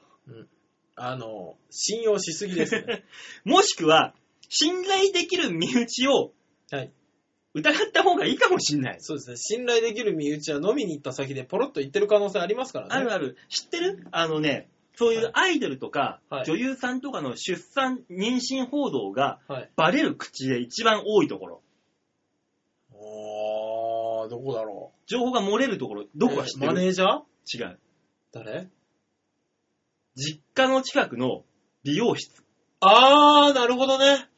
あの、信用しすぎです
<laughs>
ね。
もしくは、信頼できる身内を
はい。
疑った方がいいかもしんない。
そうですね。信頼できる身内は飲みに行った先でポロッと言ってる可能性ありますからね。
あるある。知ってるあのね、そういうアイドルとか、
はい
女優さんとかの出産、妊娠報道が
はい。
バレる口で一番多いところ。
おー、どこだろう。
情報が漏れるところ、どこか知って
えーマ
る、
ネージャー
違う。
誰
実家の近くの美容室。
あー、なるほどね。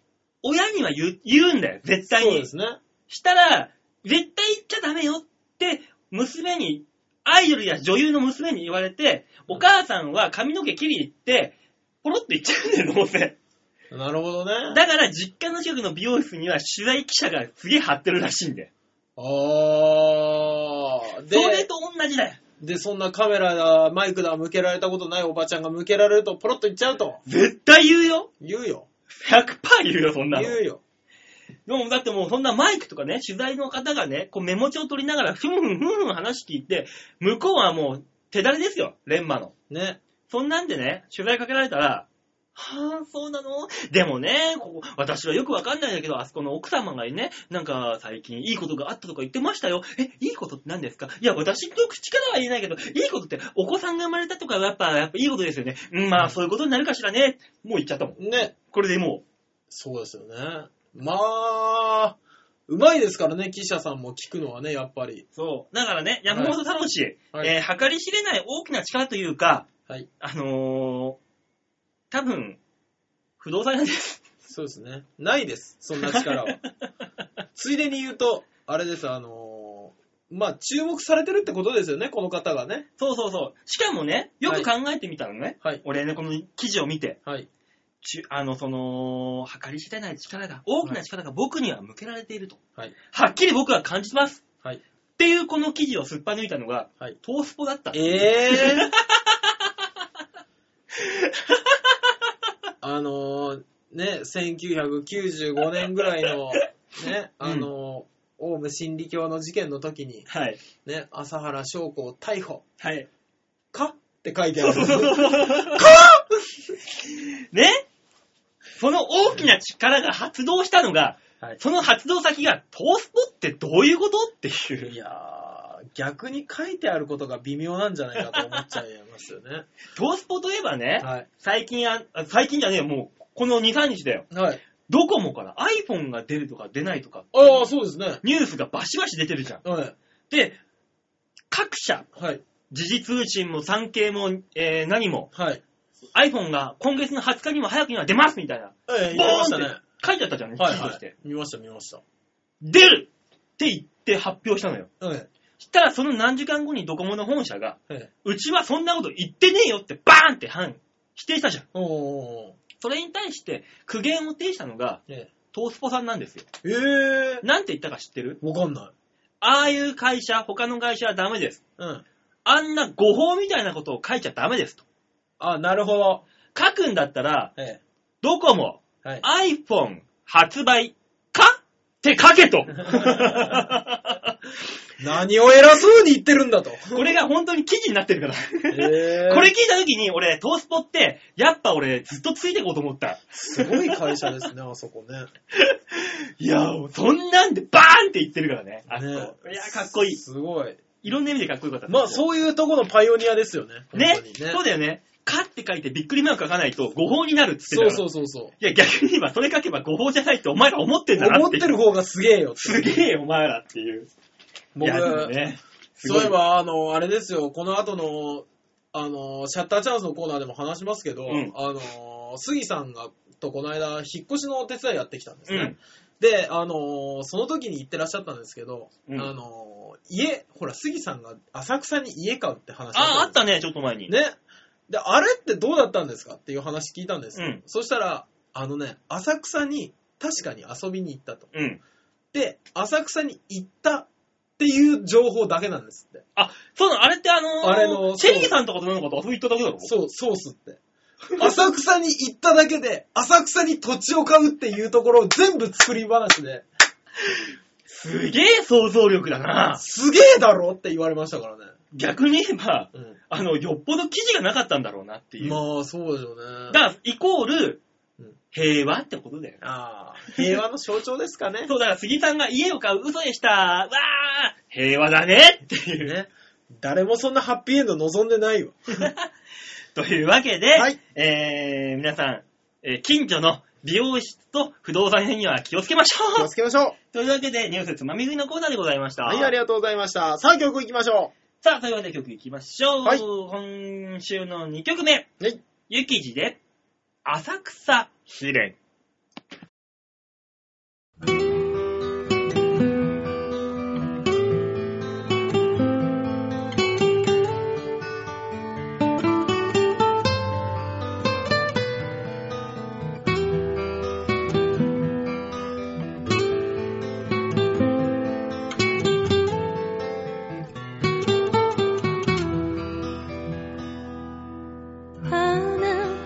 親には言う言うんだよ、絶対
そう
に
で。すね。
したら、絶対行っちゃダメよって、娘に、アイドルや女優の娘に言われて、お母さんは髪の毛切り行って、ポロって行っちゃうんだよ、どうせ。
なるほどね。
だから実家の近くの美容室には取材記者がすげえ張ってるらしいんで。
あー。
それ
で、
と同じだよ。
で、そんなカメラだ、マイクだ、向けられたことないおばちゃんが向けられると、ポロッと言っちゃうと。
絶対言うよ。
言うよ。
100%言うよ、そんなの。
言
で
うよ。
もだってもうそんなマイクとかね、取材の方がね、こうメモ帳取りながら、ふんふんふんふん話聞いて、向こうはもう手だれですよ、レンマの。
ね。
そんなんでね、取材かけられたら、はぁ、そうなのでもね、ここ私はよくわかんないんだけど、あそこの奥様がね、なんか最近いいことがあったとか言ってましたよ。え、いいことって何ですかいや、私の口からは言えないけど、いいことってお子さんが生まれたとかやっぱ、やっぱいいことですよね。うん、まあそういうことになるかしらね。もう言っちゃったもん。
ね。
これでも
そうですよね。まあ、うまいですからね、記者さんも聞くのはね、やっぱり
う。。そう。だからね、山本太郎氏、
はい
えー計り知れない大きな力というか、
はい。
あのー、多分、不動産屋です。
そうですね。ないです、そんな力 <laughs> は。ついでに言うと、あれです、あのーまあ、注目されてるってことですよね、この方がね。
そうそうそう。しかもね、よく考えてみたのね。
はい。
俺ね、この記事を見て、
はい。
ちゅあの、その、計り知れない力が、大きな力が僕には向けられていると。
はい。
はっきり僕は感じます。
はい。
っていうこの記事をすっぱ抜いたのが、
はい。
トースポだった。
え <laughs> えあのーね、1995年ぐらいの、ね、あのーオウム真理教の事件の時に、
はい。
ね、朝原将子を逮捕
はい。
かって書いてある。
ねその大きな力が発動したのが、
<laughs> はい
その発動先がトースポってどういうことっていう。
いやー、逆に書いてあることが微妙なんじゃないかと思っちゃいますよね。
トースポといえばね、
はい。
最近あ、あ最近じゃねえよ、もう、この2、3日だよ。
はい。
ドコモから iPhone が出るとか出ないとか、
ああ、そうですね。
ニュースがバシバシ出てるじゃん。
はい。
で、各社、
はい。
時事通信も産経も、えー何も、
はい。
iPhone が今月の20日にも早くには出ますみたいな、
ええ、言
ボ
いまし
ー
た
ン
ね。
って書いてあったじゃんね、記
はい、
事と
は
して。
い。見ました、見ました。
出るって言って発表したのよ。
はい。
したらその何時間後にドコモの本社が、
はい。
うちはそんなこと言ってねえよってバーンって反否定したじゃん。
おーおーおー
それに対して苦言を呈したのが、
え
トースポさんなんですよ。
ええ
なんて言ったか知ってる
ー、わかんない。
ああいう会社、他の会社はダメです。
うん。
あんな誤報みたいなことを書いちゃダメですと。
あ、なるほど。
書くんだったら、
え
ドコモ、
え。はい。
iPhone 発売かって書け
<laughs>
と。
何を偉そうに言ってるんだと。
これが本当に記事になってるから。
え
これ聞いた時に俺、トースポって、やっぱ俺ずっとついていこうと思った。
すごい会社ですね、あそこね。
いや、そんなんでバーンって言ってるからね。あそこ。
ね
いや、かっこいい。
すごい。
いろんな意味でかっこよかった。
まあ、
う。
そういうとこのパイオニアですよね。
ね
本当に
そうだよね。かって書いてびっくりマーク書かないと誤報になるっつってたか
そう
ら
そうそうそう。
いや、逆に今それ書けば誤報じゃないってお前ら思ってんだなっていう。
思ってる方がすげえよって。
すげえお前らっていう。い
僕
や、でもね。すご
そういえば、あの、あれですよ、この後の、あの、シャッターチャンスのコーナーでも話しますけど、
うん
あの、杉さんが、とこの間、引っ越しのお手伝いやってきたんですね。
うん
で、あの、その時に行ってらっしゃったんですけど、
うん
あの、家、ほら、杉さんが浅草に家買うって話
あ、あっ
った
たね、ちょっと前に。
んですね。で、あれってどうだったんですかっていう話聞いたんですよ、
うん
そしたら、あのね、浅草に確かに遊びに行ったと。
うん。
で、浅草に行ったっていう情報だけなんですって。
あ、そうなの、あれってあのー、
あれの
チェリーさんとかとなんかと遊び行っただけだろ
そう、ソースって。浅草に行っただけで、浅草に土地を買うっていうところを全部作り話で、
すげえ想像力だな。
すげえだろって言われましたからね。
逆に言えば、
うん
あの、よっぽど記事がなかったんだろうなっていう。
まあ、そうでしょう
だ
ね。
から、イコール
うん、
平和ってことだよね。
ああ、平和の象徴ですかね。
そう、だから杉さんが家を買う嘘でした。わー、平和だねっていう。
ね。誰もそんなハッピーエンド望んでないわ。
<laughs> というわけで、
はい
えー、皆さん、えー近所の美容室と不動産屋には気をつけまし
<laughs> 気
ょう
をつけましょ
というわけで、ニュースつまみ食いのコーナーでございました。
う。はい、ありがとうございました。さあ、曲いきましょ
さあ、というわけで曲いきましょう。
はい
今週の2曲目、
う。はい。
ゆきじで、浅草試練。
あな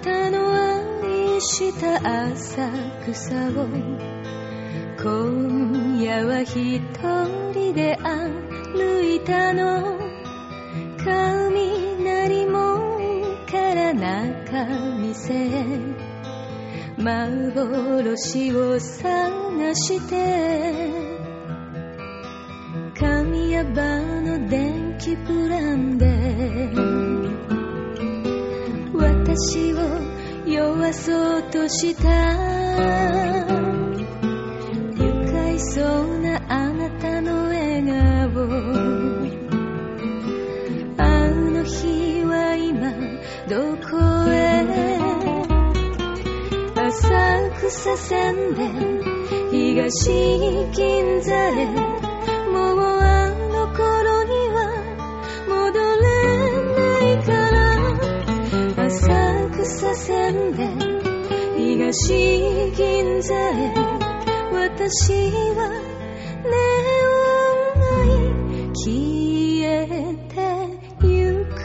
たの愛した浅草を今夜は一人で歩いたの雷門から中店へ幻を探して神山の電気プランで私を酔わそうとした愉快そうなあなたの笑顔あの日は今どこへ浅草線で東銀座へもうあの頃には戻れないから浅草線で東銀座へ私はネオン街消えてゆく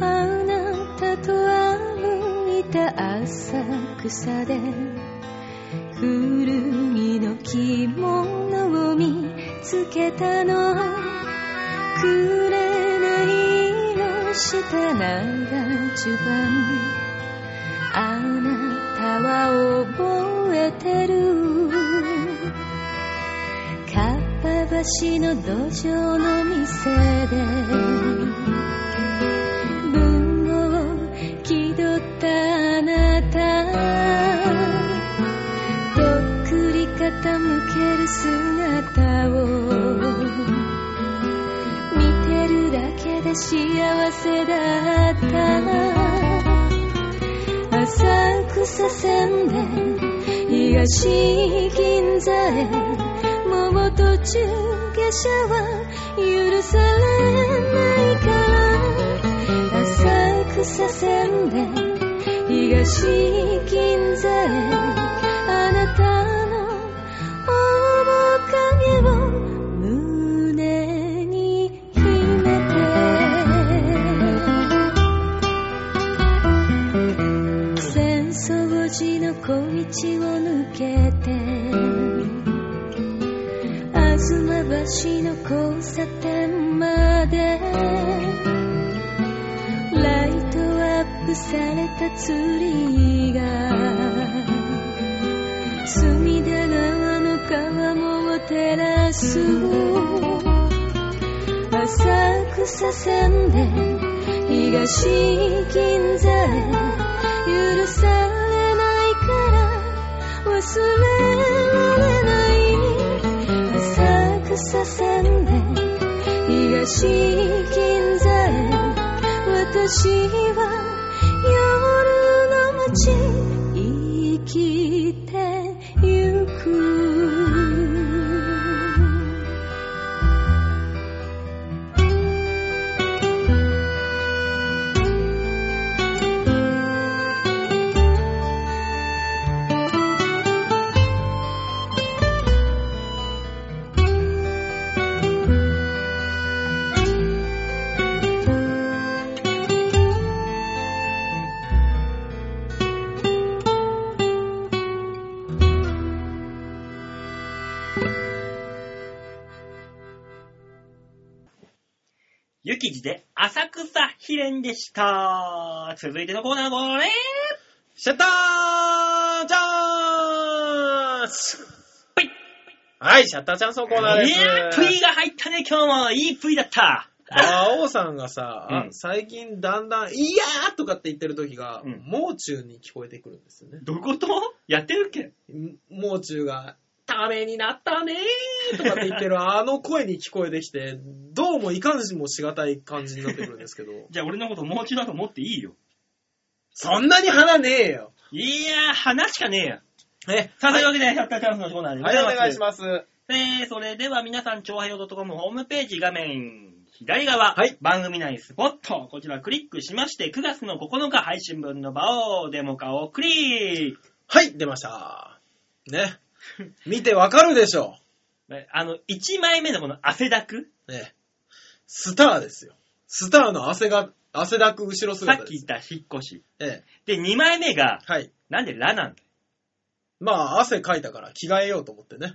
あなたと歩いた浅草で古着の着物を見つけたの紅の下長襦袢あなたは覚えてるかっぱ橋の土壌の店で文を気取ったあなたとっくり傾ける姿を見てるだけで幸せだった浅草線で東銀座へもう途中下車は許されないから浅草線で東銀座へあなたの面影を胸に秘めて戦争時の小道を抜けて東橋の交差点までライトアップされたツリーが隅田川の川面を照らす浅草線で東銀座へ許されないから忘れられない浅草線で東銀座へ私は夜の街生きてゆく
ゆきじで浅草秘伝でした。続いてのコーナーこれ
シャッターチャンス
ぷい
はい、シャッターチャンスのコーナーで
いやー、プイ
す。
が入ったね、今日も。いいプイだった。
馬王さんがさ、
うん
最近だんだん、いやーとかって言ってる時が、
うん
もう中に聞こえてくるんですよね。
<laughs> どういうことやってるっけ
もう中が、ためになったねーとかって言ってるあの声に聞こえてきて、どうもいかんしもしがたい感じになってくるんです <laughs> けど、
じゃあ俺のこともう一度だと思っていいよ。
そんなに花ねえよ。
いやー、話しかねえや。
ね、
さあ、と
はい
いうわけで、やったチャンスのコーナーでご
は
ざ
い、
い
お
ます。
願いします。は
えー、それでは皆さん、超平洋 .com ホームページ画面左側、
はい
番組内スポット、こちらクリックしまして、9月の9日配信分の場をデモ化をクリック。
い、出ました。ね。見てわかるでしょ
ねあの、1枚目のこの汗だく
う。ね。スターですよ。スターの汗が、汗だく後ろ
さっ
姿で
き言っ
す。
た引っ越し。
ええ。
で、2枚目が、
はい。
なんでラなんだ
まあ、汗かいたから着替えようと思ってね。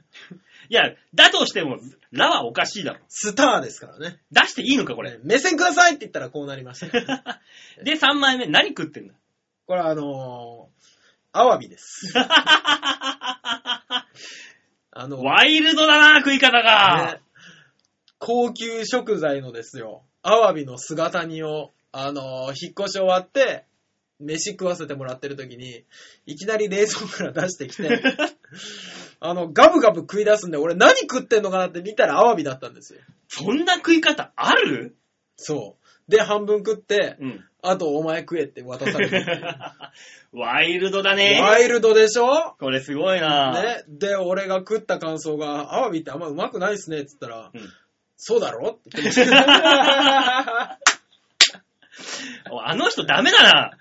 いや、だとしても、ラはおかしいだろ。
スターですからね。
出していいのか、こ
こ
れ
れ。、目線くださいって言ったらこうなりましたけどね。
<laughs> で、3枚目、何食ってんだ
これはあのー、アワビ
<laughs>
です。あの、
ワイルドだな、食い方が
ね。高級食材のですよ、アワビの姿煮を、あのー引っ越し終わって、飯食わせてもらってる時に、いきなり冷蔵庫から出してき
<laughs>
て、あの、ガブガブ食い出すんで、俺何食ってんのかなって見たらアワビだったんですよ。
<laughs> そんな食い方ある
そう。で、半分食って、
うん。
あとお前食えって渡されて。
<laughs> ワイルドだね。
ワイルドでしょ
これすごいな。
ね。で、俺が食った感想が、アワビってあんまうまくないっすねって言ったら、
うん
そうだろって言ってま
<laughs>
した。
おあの人ダメだな。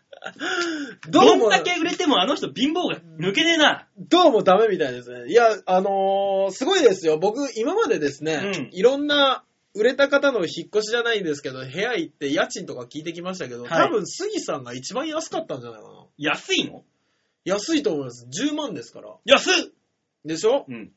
ど
ど
うも
ん、だけ売れてもあの人貧乏が抜けねえな。
どうもダメみたいですね。いや、あのーすごいですよ。僕、今までですね、
うん
いろんな、売れた方の引っ越しじゃないんですけど、部屋行って家賃とか聞いてきましたけど、
はい
多分杉さんが一番安かったんじゃないかな。
安いの
安いと思います。10万ですから。
安っ
でしょ
うん。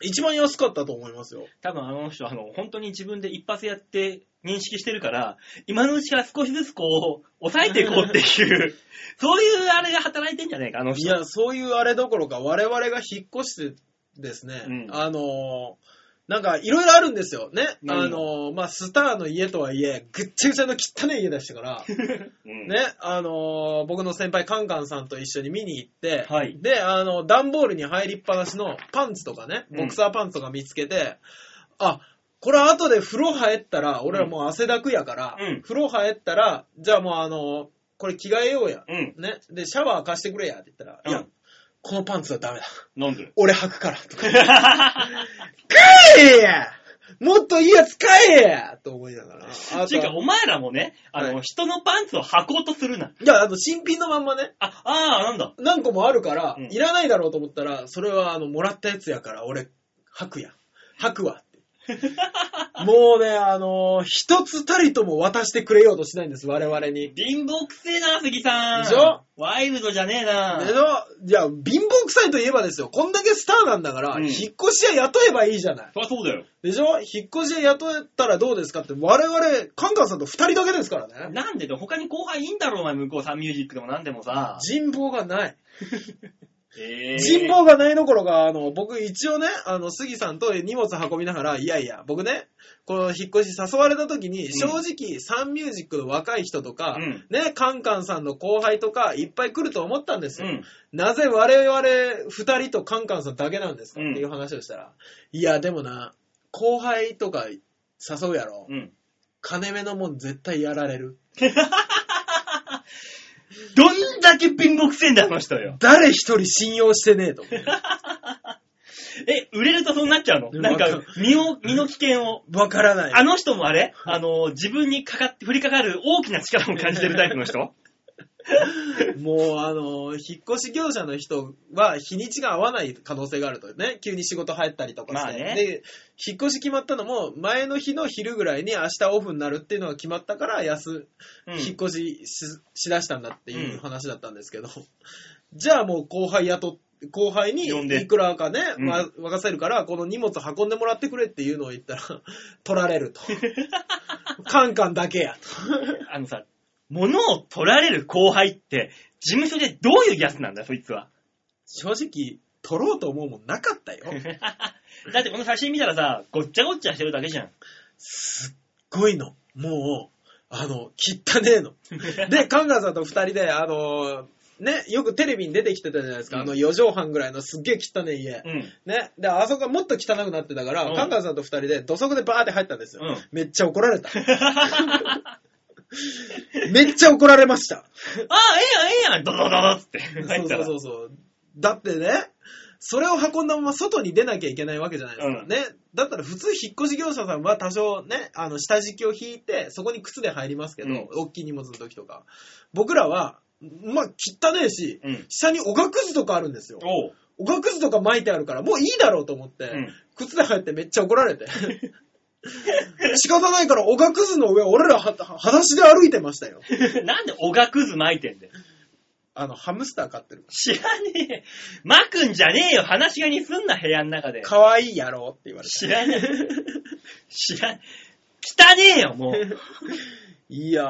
一番安かったと思いますよ。
多分あの人、あの、本当に自分で一発やって認識してるから、今のうちから少しずつこう、抑えていこうってい
<laughs>
う、そういうあれが働いてんじゃねえか、あの
い
人。
や、そういうあれどころか、我々が引っ越してですね、
うん
あのーなんかいろいろあるんですよね。あ
何が
のーまあ、スターの家とはいえ、ぐっちゃぐちゃの汚い家でした
<laughs>
から、
うん、
ね、あのー僕の先輩カンカンさんと一緒に見に行って、
はい
で、あの、段ボールに入りっぱなしのパンツとかね、
うん
ボクサーパンツとか見つけて、あ、これ後で風呂入ったら、俺らもう汗だくやから、
うん
風呂入ったら、じゃあもうあのーこれ着替えようや。
うん。
ね、で、シャワー貸してくれやって言ったら、
うん
いや、このパンツはダメだ。
飲ん <laughs> でる。
俺履くから。とか。ええやもっといいやつ買えやと思いながら。あ
ちゅうか、
と
お前らもね、あの、
は
人のパンツを履こうとするな。
いや、あの、新品のまんまね、
あ、あー、なんだ。
何個もあるから、
うん
いらないだろうと思ったら、それはあの、もらったやつやから、俺、吐くや。吐
<laughs>
くわって。もうね、あのー一つたりとも渡してくれようとしないんです、我々に。
貧乏くせえな、杉さん。
でしょ
ワイルドじゃねえな。
でのいや、貧乏くさいといえばですよ、こんだけスターなんだから、
うん
引っ越し屋雇えばいいじゃない。
そりゃそうだよ。
でしょ引っ越し屋雇えたらどうですかって、我々、カンカンさんと二人だけですからね。
なんでだよ他に後輩いいんだろ、お前、向こうさんミュージックでもなんでもさ。
人望がない。
えー
人望がないどころか、あの、僕一応ね、あの、杉さんと荷物運びながら、いやいや、僕ね、この引っ越し誘われた時に、
ん
正直、サンミュージックの若い人とか、
うん
ね、カンカンさんの後輩とか、いっぱい来ると思ったんです
う
よ。
ん。
なぜ我々二人とカンカンさんだけなんですか、
うん
っていう話をしたら、いや、でもな、後輩とか誘うやろ。
うん。
金目のもん絶対やられる。
どんだけ貧乏くせえんだよ、あの人よ。
誰一人信用してね
<laughs>
えと思う。
え、売れるとそうなっちゃうの
うん
なんか
わか、
身を、身の危険を。
わからない。
あの人もあれあの、自分にかかって、降りかかる大きな力を感じてるタイプの
<laughs>
人
もう、あの、引っ越し業者の人は日にちが合わない可能性があるとね、急に仕事入ったりとかして、
まあね
で、引っ越し決まったのも、前の日の昼ぐらいに明日オフになるっていうのが決まったから、安、
うん
引っ越しししだしたんだっていうんう話だったんですけど、じゃあもう後輩雇って、後輩に
呼んで
いくらかね、
うん
ま、任せるから、この荷物運んでもらってくれっていうのを言ったら、取ら
<laughs>
れると。カンカンだけやと。
あのさ、物を取られる後輩って、事務所でどういうやつなんだよ、そいつは。
正直、取ろうと思うもんなかったよ。
<laughs>
<laughs>
だってこの写真見たらさ、ごっちゃごっちゃしてるだけじゃん。
すっごいの。もう、あの、汚ねえ
<laughs>
の。で、カンガーさんと二人で、あのね、よくテレビに出てきてたじゃないですか。
うん
あの、4畳半ぐらいのすっげえ汚ねえ
<laughs>
家。
うん。
ね。で、あそこがもっと汚くなってたから、
うん
カンガーさんと二人で土足でバーって入ったんですよ。
うん
めっちゃ怒られた。めっちゃ怒られました。
ああ、ええやん、ええやん、ドドドドっつって <laughs> 入
そ
っ
う
た
そう
ら。
そうそう。だってね、それを運んだまま外に出なきゃいけないわけじゃないですか。
うん
ね。だったら普通引っ越し業者さんは多少ね、あの、下敷きを引いて、そこに靴で入りますけど、
うん
大きい荷物の時とか。僕らは、まあ、汚ねえし、
うん
下におがくずとかあるんですよ。
おう
おがくずとか巻いてあるから、もういいだろうと思って、
うん
靴で入ってめっちゃ怒られて。 <laughs> 仕方ないから、おがくずの上、俺らは、は裸足で歩いてましたよ。
なんでおがくず巻いてんだよ。
あの、ハムスター
<laughs>
飼ってる。
知らねえ。巻くんじゃねえよ。話し飼いにすんな、部屋の中で。
かわいいやろって言われて。
知らね <laughs> え。知ら、汚ねえよ、もう。
いやー、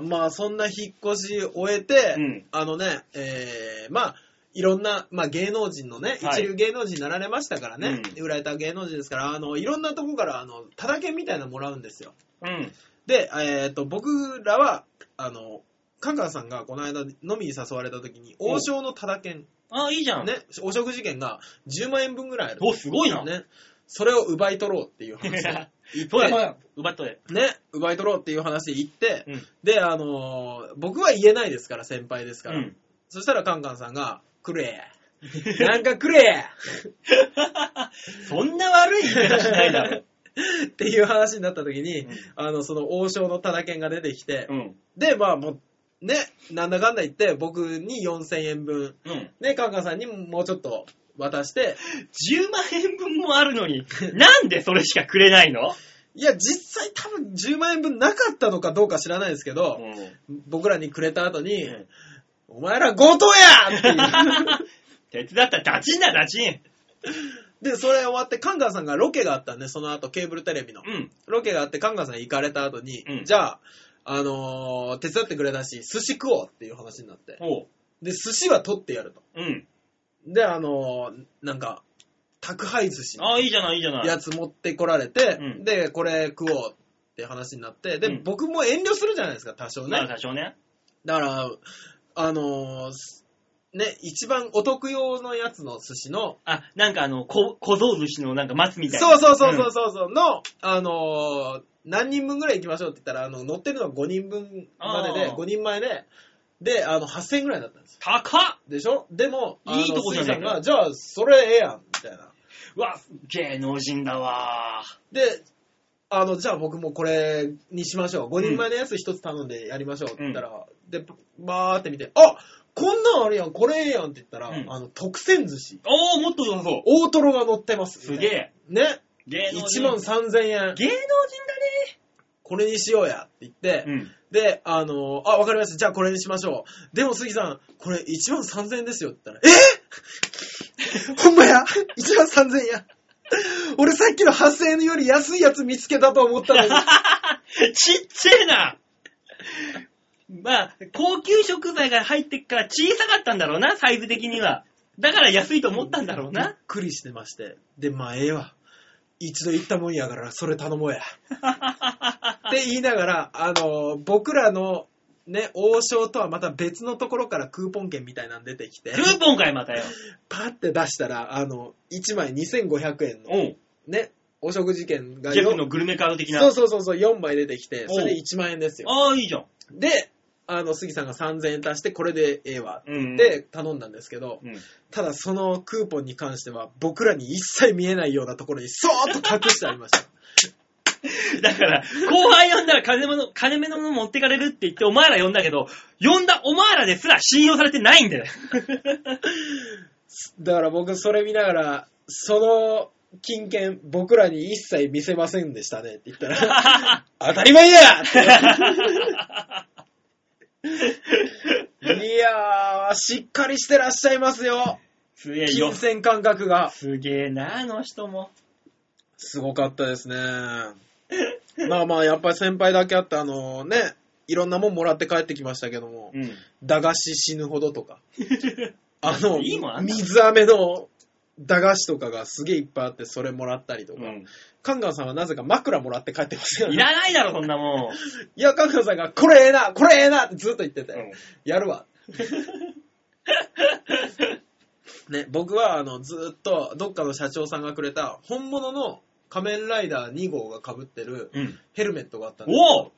まあそんな引っ越し終えて、
うん
あのね、えー、まあ、いろんな、まあ芸能人のね、
はい
一流芸能人になられましたからね、
う
売られた芸能人ですから、あの、いろんなとこから、あの、ただ券みたいなのもらうんですよ。
うん。
で、えっ、と、僕らは、あの、香川さんがこの間飲みに誘われた時に、
うん
王将のただ券、
あ、いいじゃん。
ね、お食事券が10万円分ぐらいある。
お、すごいな。 <laughs>
ね。それを奪い取ろうっていう
い <laughs>
話で
やそうだ、そうだ。奪っとれ。
ね、奪い取ろうっていう話で行って、
うん
で、あのー僕は言えないですから、先輩です
う
から。
ん。
そしたらカンカンさんが、くれ
<laughs>
なんかくれ
<laughs> そんな悪い言い方しないだろ。
<laughs> っていう話になった時に、
うん
あの、その王将のただ券が出てきて、
うん。
で、まあもう、ね、なんだかんだ言って、僕に4000円分、
うん。
ね、カンカンさんにもうちょっと渡して、
10万円分もあるのに、なんでそれしかくれないの
いや、実際多分10万円分なかったのかどうか知らないですけど、僕らにくれた後に、
うん
お前ら強盗やっていう。
手伝ったらダチンだ、ダチン。
で、それ終わって、カンガンさんがロケがあったんで、その後、ケーブルテレビの。
うん。
ロケがあって、カンガンさん行かれた後に、
うん
じゃあ、あのー手伝ってくれたし、寿司食おうっていう話になって。
おう。
で、寿司は取ってやると。
うん。
で、あのーなんか、宅配寿司の
あ、いいじゃない、いいじゃない。
やつ持ってこられて、
うん
で、これ食おうって話になって、で、
うん
僕も遠慮するじゃないですか、多少ね
まあ。多少ね。
だから、あのーね、一番お得用のやつの寿司の、
あ、なんかあの、こ小僧寿司のなんか松みたいな。
そうそうそうそうそうそう、の、あのー何人分ぐらい行きましょうって言ったら、あの、乗ってるのは5人分までで、
あー
5人前で、で、あの、8000円ぐらいだったんですよ。
高っ
でしょでも、あの
いいとこじゃねえか
スイさんが、じゃあ、それええやん、みたいな。
うわ、芸能人だわ
で、あの、じゃあ僕もこれにしましょう。5人前のやつ1つ頼んでやりましょうって言ったら、で、バーって見て、あこんなんあるやん、これええやんって言ったら、
うん
あの、特選寿司。
おー、もっと良さそう。
大トロが乗ってます。
すげえ。
みたいな。ね。
芸能人。
1万3000円。
芸能人
これにしようやって言って、
だね。
で、あのーあ、わかりました。じゃあこれにしましょう。でも杉さん、これ1万3000円ですよって言ったら、え <laughs> ほんまや !1 万3000円や俺さっきの8000円より安いやつ見つけたと思ったのに。
うん。 <laughs> ちっちゃいなまあ、高級食材が入ってっから小さかったんだろうな、サイズ的には。だから安いと思ったんだろう
びっ
な。
くりしてまして。で、まあええわ。一度行ったもんやから、それ頼もうや。って言いながら、あのー僕らの、ね、王将とはまた別のところからクーポン券みたいなの出てきて
<laughs> ク、ーポンかい、またよ。
パって出したら、あの、1枚2500円の、
おう。
ね、お食事券が
ジェ
よ
フのグルメカード的な。
そうそうそうそう、4枚出てきて、
おう
それで1万円ですよ。
ああ、いいじゃん。
で、あの、杉さんが3000円足して、これでええわ
うんうん
って頼んだんですけど、
うん
ただそのクーポンに関しては、僕らに一切見えないようなところに、そーっと隠してありました。
だから、後輩呼んだら金物、金目のもの持ってかれるって言ってお前ら呼んだけど、呼んだお前らですら信用されてないんだよ。
だから僕、それ見ながら、その金券、僕らに一切見せませんでしたねって言ったら、当たり前やって言われていやー、しっかりしてらっしゃいますよ。
すげえよ
金。銭感覚が。
<laughs> すげえな、あの人も。
すごかったですね。まあまあ、やっぱり先輩だけあって、あのね、いろんなもんもらって帰ってきましたけども、
うん。
駄菓子死ぬほどと
<laughs>
か、あの、
いいもんあんだ
水飴の駄菓子とかがすげえいっぱいあって、それもらったりとか、
う
カンガンさんはなぜか枕もらって帰ってますよ
ん。い
ね。
らないだろ、そんなもん。
いや、カンガンさんが、これええな、これええなってずっと言ってて、やるわ。ね、僕はあのずっとどっかの社長さんがくれた本物の仮面ライダー2号が被ってる
うん。
ヘルメットがあったんです <laughs>
おお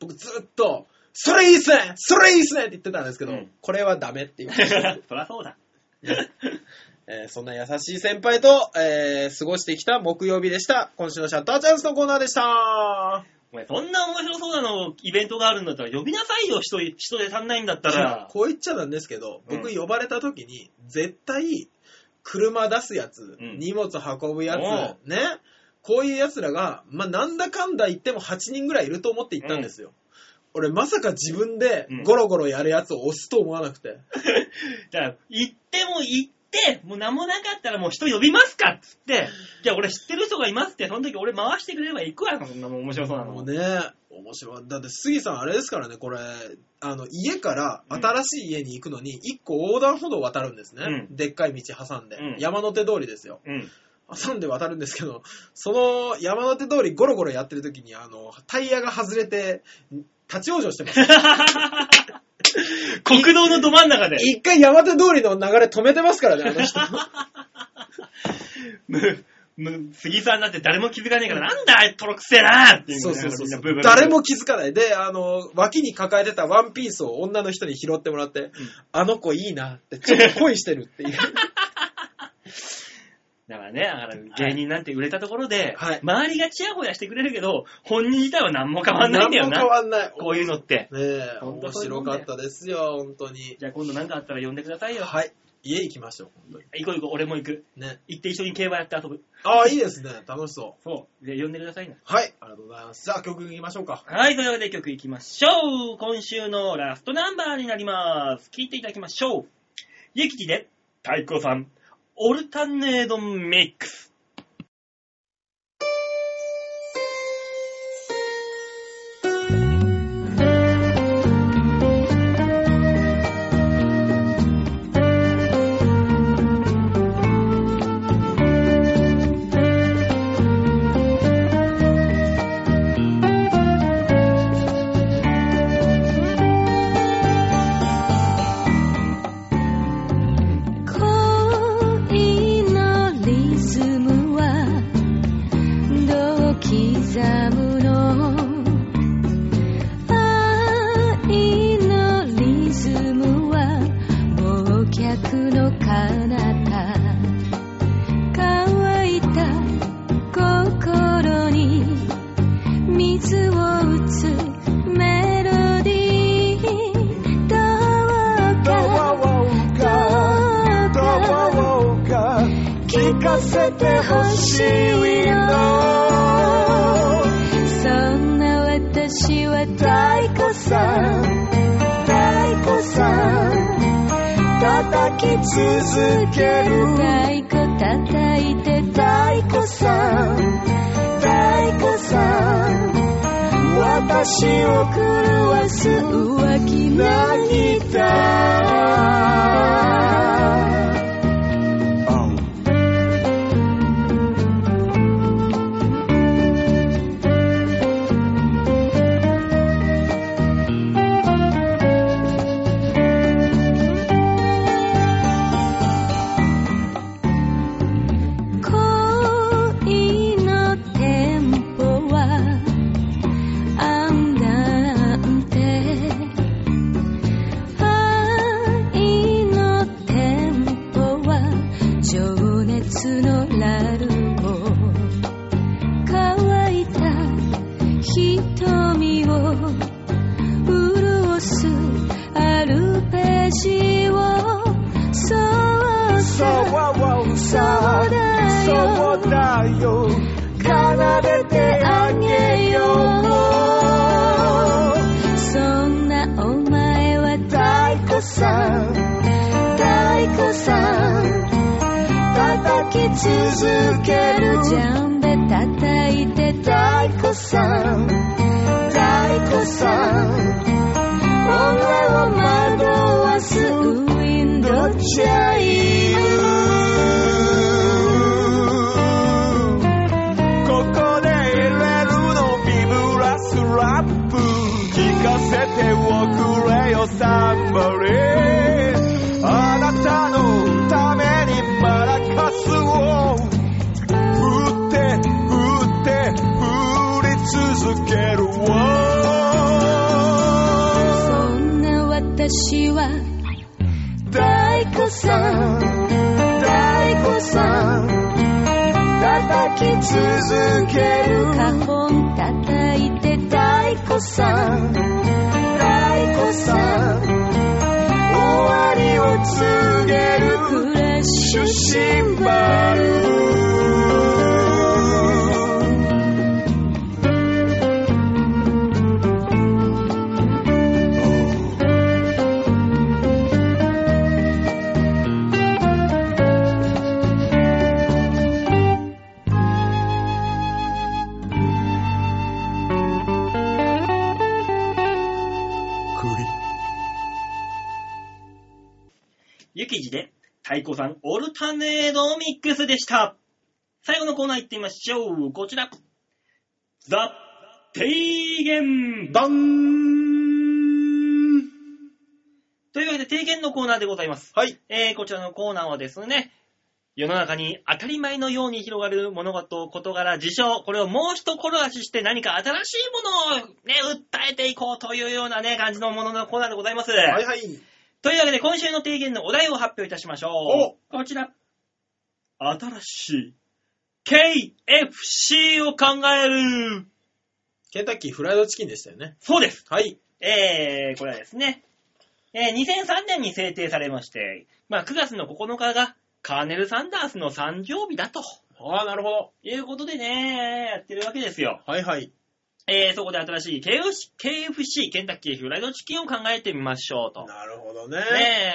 僕ずっと、それいいっすねそれいいっすねって言ってたんですけど、
うん
これはダメって言わ
そ
れて、
らそうだ。
えーそんな優しい先輩と、えー過ごしてきた木曜日でした。今週のシャッターチャンスのコーナーでした。
<laughs> お前、そんな面白そうなの、イベントがあるんだったら呼びなさいよ、人い、
<laughs>
人で足んないんだったら。
こう言っちゃなんですけど、僕
うん
呼ばれた時に、絶対、車出すやつ、
うん
荷物運ぶや
お
つ、ね。こういうやつらが、まあ、なんだかんだ言っても8人ぐらいいると思って行ったんですよ。俺、まさか自分で
うん
ゴロゴロやるやつを押すと思わなくて。
だから、行っても行って、もう何もなかったらもう人呼びますかっつって、じゃあ俺知ってる人がいますって、その時俺回してくれれば行くわ、そんなもん面白そうなの。
もうね、面白い。だって、杉さん、あれですからね、これ、あの、家から新しい家に行くのに、1個横断歩道を渡るんですね。
うん
でっかい道挟んで、
うん
山手通りですよ。
うん。
挟んで渡るんですけど、その山手通りゴロゴロやってる時に、あの、タイヤが外れて、立ち往生し
<laughs>
てます。
国道のど真ん中で。 <laughs>
一回山手通りの流れ止めてますからね、あの人。
むむ杉さんだって誰も気づかねえから、なんだあいつトロくせえなっていう
そ
ね
うそうそう
みんな
そ
ブーブ
う。
ー
誰も気づかない。で、あの、脇に抱えてたワンピースを女の人に拾ってもらって、あの子いいなって、ちょっと恋してるっていう。
だからね、だから芸人なんて売れたところで、
はい
周りがチヤホヤしてくれるけど、本人自体は何も変わんないんだよ
何も
な。
変わんない。
こういうのって。
ねえ、
本当
面
そういうも
白
んだ
か
よ
ったですよ、本当に。
じゃあ今度何かあったら呼んでくださいよ。
はい。家行きましょう、本当に。
行こう行こう、俺も行く。
ね。
行って一緒に競馬やって遊ぶ。
ああ、いいですね。楽しそう。
そう。で、呼んでくださいな。
はい。ありがとうございます。じゃあ曲行きましょうか。
はい、というわけで曲いきましょう。今週のラストナンバーになります。聴いていただきましょう。ゆきちで、太鼓さん、オルタネードミックス。
恋のリズムはどう刻むの愛のリズムは忘却の彼方乾いた心に水を打つメロディーどうか
どうか聞かせてほしいの
そんな私は太鼓さん太鼓さん
叩き続ける
太鼓叩いて太鼓さん太鼓さん
私を
狂わす浮気な
何
ぎ
だ
恋のテンポは安なんて愛のテンポは情熱のラルゴ乾いた瞳を潤すアルペジオそう
そ
さ
う
そ
さ
うだよ
そうだよ奏でてあげよう
そんなお前は太鼓さん太鼓さん
叩き続ける
ジャンベ叩いて太鼓さん太鼓さん俺を惑わすウィンドウ
チャイムここで入れるのビブラスラップ聞かせておくれよサンバレあなたのためにマラカスを振って振って振り続けるわ
そんな私は太鼓さん太鼓さん
叩き続ける
カホン叩いて太鼓さん太鼓さん
終わりを告げる
暮らし
シュシンバル
ゆきじで、太鼓さんオルタネードミックスでした。最後のコーナー行ってみましょう。こちら。ザ・提言
バン
というわけで、提言のコーナーでございます。
はい。
えー、こちらのコーナーはですね、世の中に当たり前のように広がる物事、事柄、事象、これをもう一転がしして何か新しいものをね、訴えていこうというようなね、感じのもののコーナーでございます。
はいはい。
というわけで、今週の提言のお題を発表いたしましょう。こちら。新しい KFC を考える。
ケンタッキーフライドチキンでしたよね。
そうです。
はい。
えー、これはですね、えー2003年に制定されまして、まあ、9月の9日がカーネル・サンダースの誕生日だと
ああ、なるほど。
いうことでね、やってるわけですよ。
はいはい。
えー、そこで新しい KFC、KFC ケンタッキーフライドチキンを考えてみましょうと。
なるほどね。
ね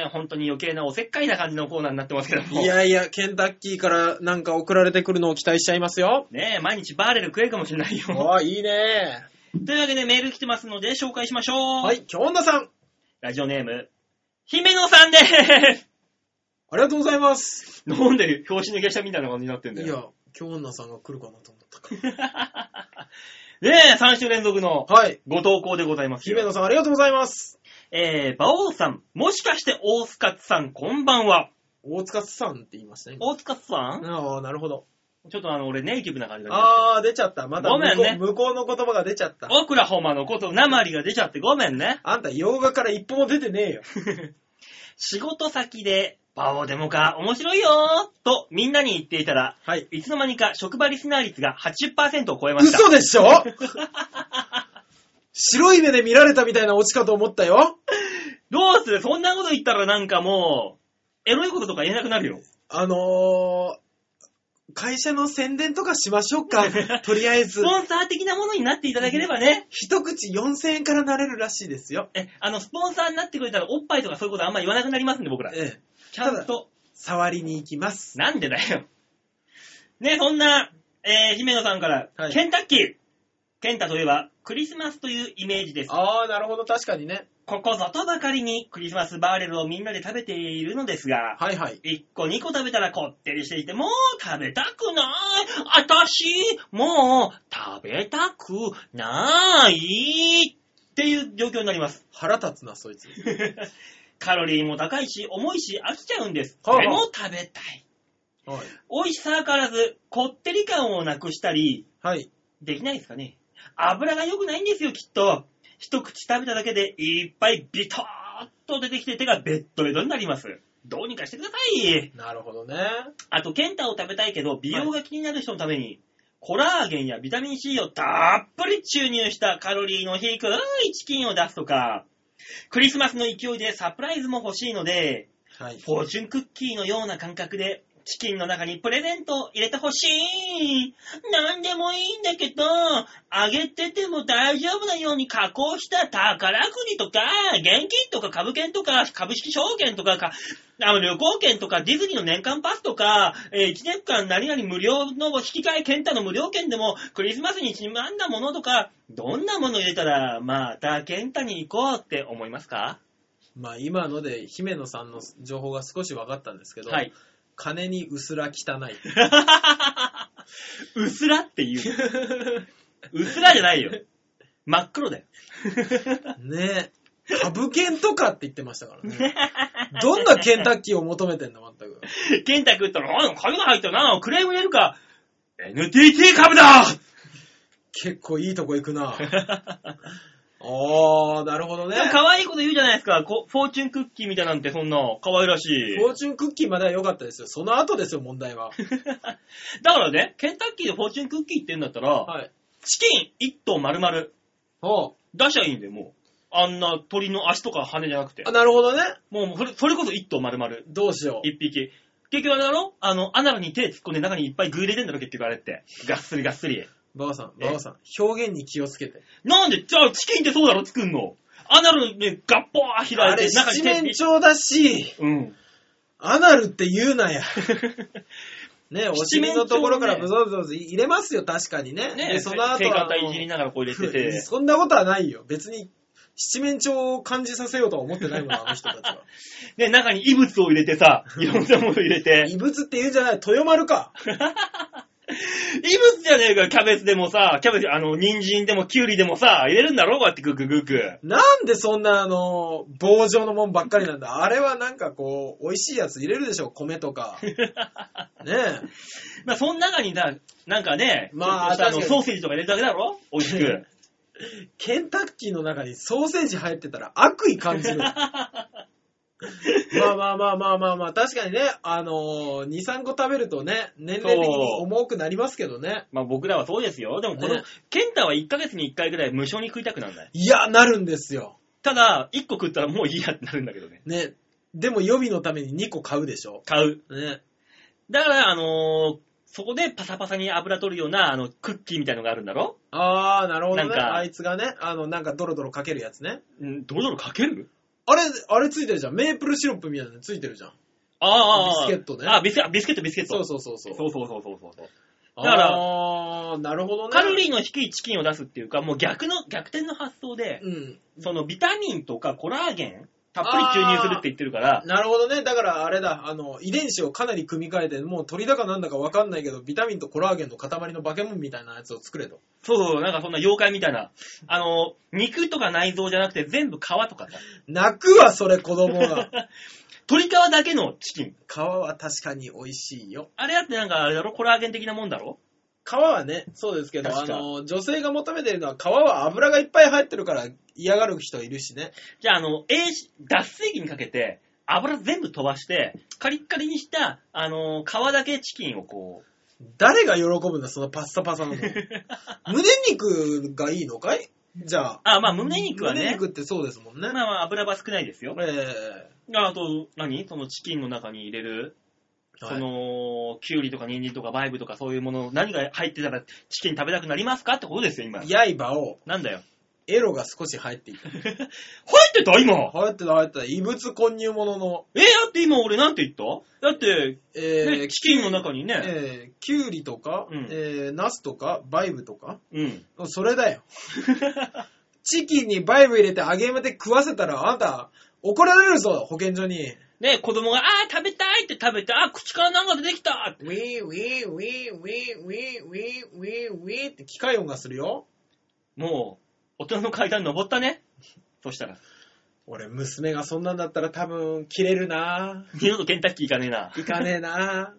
え、本当に余計なおせっかいな感じのコーナーになってますけども。
いやいや、ケンタッキーからなんか送られてくるのを期待しちゃいますよ。
ねえ、毎日バーレル食えるかもしれないよ。
ああ、いいね。
というわけでメール来てますので紹介しましょう。
はい、京女さん。
ラジオネーム、姫野さんです。
ありがとうございます。
<laughs> なんで表紙抜けしたみたいな感じになってん
い
だよ。
や、京女さんが来るかなと思ったか
ねえ、3週連続の
ら。はい。
ご投稿でございますよ。
姫野さん、ありがとうございます。
えー、馬王さん、もしかして大塚さん、こんばんは。
大塚さんって言いましたね。
大塚さん
ああ、なるほど。
ちょっとあの、俺ネイティブな感じが
ああ、出ちゃった。また
ご
向
めん
こう,、
ね
向こうの言葉が出ちゃった
出て。る。オクラホマのこと、鉛が出ちゃってごめんね。
あんた、洋画から一歩も出てねえよ。
<laughs> 仕事先で、馬王デモか、面白いよーとみんなに言っていたら、
はい。
いつの間にか職場リスナー率が80%を超えました。
嘘でし <laughs> ょ白い目で見られたみたいなオチかと思ったよ。
どうするそんなこと言ったらなんかもう、エロいこととか言えなくなるよ。
あのー、会社の宣伝とかしましょうか。とりあえ
ス
ず。
ポンサー的なものになっていただければね。
一口4000円からなれるらしいですよ。
え、あの、スポンサーになってくれたらおっぱいとかそういうことあんま言わなくなりますんで、僕ら。
ええ。
ちゃんと。
触りに行きます。
なんでだよ。ね、そんな、えー、姫野さんから、
はい
ケンタッキー。ケンタといえば、クリスマスというイメージです。
ああ、なるほど、確かにね。
ここぞとばかりにクリスマスバーレルをみんなで食べているのですが、
はいはい。
1個2個食べたらこってりしていて、もう食べたくないあたし、もう食べたくないっていう状況になります。 <laughs>
腹立つな、そいつ。
カロリーも高いし、重いし、飽きちゃうんです。
はあ
でも食べたい。
はい。
美味しさは変わらず、こってり感をなくしたり、
はい。
できないですかね。油が良くないんですよ、きっと。一口食べただけで、いっぱいビトーっと出てきて手がベッドベドになります。どうにかしてください。
なるほどね。
あと、ケンタを食べたいけど、美容が気になる人のために、コラーゲンやビタミン C をたっぷり注入したカロリーの低いチキンを出すとか、クリスマスの勢いでサプライズも欲しいので、
はい。
フォーチュンクッキーのような感覚で、チキンの中にプレゼントを入れてほしい。なんでもいいんだけど、あげてても大丈夫なように加工した宝くじとか、現金とか株券とか、株式証券とかか、あの旅行券とか、ディズニーの年間パスとか、え1年間何々無料の引き換え券タの無料券でも、クリスマスにちなんだものとか、どんなもの入れたら、またケンタに行こうって思いますか
まあ、今ので、姫野さんの情報が少し分かったんですけど、
はい。
金にうすら汚い。
うすらって言う。うすらじゃないよ。真っ黒だよ。
ねえ。株券とかって言ってましたからね。どんなケンタッキーを求めてんだ、まったく。
ケンタ君ったら、あ、紙が入ったな、クレーム入れるか。NTT 株
<laughs>
だ
結構いいとこ行くな。ああ、なるほどね
で。も可愛いこと言うじゃないですか。こフォーチュンクッキーみたいなんてそんな可愛らしい。
フォーチュンクッキーまでは良かったですよ。その後ですよ、問題は。
だからね、ケンタッキーでフォーチュンクッキーって言うんだったら、
はい。
チキン1頭丸々
おう
出しゃいいんで、もう。あんな鳥の足とか羽じゃなくて
あ、。なるほどね。
もう、それそれこそ1頭丸々。
どうしよう。
1匹。結局あれだろあの、アナルに手突っ込んで中にいっぱい具入れてんだろ、結局あれって。がっすりがっすり。
バオさん、
え
バオさん、表現に気をつけて。
なんで、じゃあチキンってそうだろ、作んの。アナルね、ガッポー開
あ
い
れ、
て、中に
七
手
面鳥だし、
うん。
アナルって言うなや。ね、お
七面鳥ね
尻のところからブゾブゾブゾ入れますよ、確かに
<laughs>
ね。
ね
で、その後
手
は
形いじりながらこう入れて
ふ
て。
そんなことはないよ。別に、七面鳥を感じさせようとは思ってないもん、あの人たちは。
ね、中に異物を入れてさ、いろんなもの入れて。
異物って言うんじゃない、豊丸か。
異物じゃねえか、キャベツでもさ、キャベツ、あの、人参でもキュウリでもさ、入れるんだろこうやってグクグク。
なんでそんな、あの、棒状のもんばっかりなんだ。あれはなんかこう、美味しいやつ入れるでしょ、米とか。ねえ。
まあ、その中にな、なんかね、
まあ
ちょっと
確
の
かに
ソーセージとか入れるだけだろ美味しく。
ケンタッキーの中にソーセージ入ってたら悪意感じる。まあまあまあまあまあまあ、確かにね、あのー、2、3個食べるとね、年齢的に重くなりますけどね。
まあ、僕らはそうですよ。でも、この、
ね
ケンタは1ヶ月に1回ぐらい無償に食いたくなんない。
いや、なるんですよ。
ただ、1個食ったらもういいやってなるんだけどね。
ね。でも予備のために2個買うでしょ。
買う。
ね。
だから、あのーそこでパサパサに油取るような、あの、クッキーみたいのがあるんだろ
あー、なるほど
なん
ね。
か
あいつがね、あの、なんかドロドロかけるやつね。
うん、どろどろかける
あれ、あれついてるじゃん。メープルシロップみたいなのついてるじゃん。
ああ、
ビスケットね
あ、ビスケビスケット、ビスケット。
そうそうそうそう。
そうそうそうそうそうそう。だ
だ
から
あー、なるほどね。
カロリーの低いチキンを出すっていうか、もう逆の、逆転の発想で、
うん。
そのビタミンとかコラーゲン、たっぷり注入するって言ってるから、
なるほどね。だからあれだ、あの、遺伝子をかなり組み替えて、もう鳥だかなんだかわかんないけど、ビタミンとコラーゲンの塊の化け物みたいなやつを作れと。
そうそう、なんかそんな妖怪みたいな、あの、肉とか内臓じゃなくて全部皮とかさ、
泣くわ、それ子供 <laughs> が。
鶏皮だけのチキン。
皮は確かに美味しいよ。
あれだってなんかあれだろコラーゲン的なもんだろ
皮はね、そうですけど、あ
確か
の、女性が求めてるのは皮は油がいっぱい入ってるから嫌がる人いるしね。
じゃあ、あの、えいし脱水機にかけて、油全部飛ばして、カリッカリにした、あの、皮だけチキンをこう、
誰が喜ぶんだ、そのパッサ
<laughs>
パサなの。胸肉がいいのかいじゃあ。
あ、まあ、胸肉は
胸
ね、
肉ってそうですもんね。
まあまあ、油は少ないですよ。
え
あと、何そのチキンの中に入れる、
ー
そ
はい
の、キュウリとかニンジンとかバイブとかそういうもの、何が入ってたらチキン食べたくなりますかってことですよ、今。
刃を、
なんだよ。
エロが少し入っていた。
入ってた今
入ってた入ってた。異物混入物の、
え、だって今俺なんて言っただって、
え
<laughs>
ー
ね、チキンの中にね、
えーキュウリとか、
うん
えーナスとか、バイブとか、
うん。
それだよ。チキンにバイブ入れて揚げまで食わせたら、あなた、怒られるぞ、保健所に。
<laughs> ね、子供が、あー食べたいって食べて、あー口からなんか出てきたって
ウィーウィーウィーウィーウィーウィーウィーウィーって機械音がするよ。
もう、大人の階段登ったね。そした <laughs> ら、
俺、娘がそんなんだったら多分、切れるな
二度とケンタッキー行かねえな。
いかねえな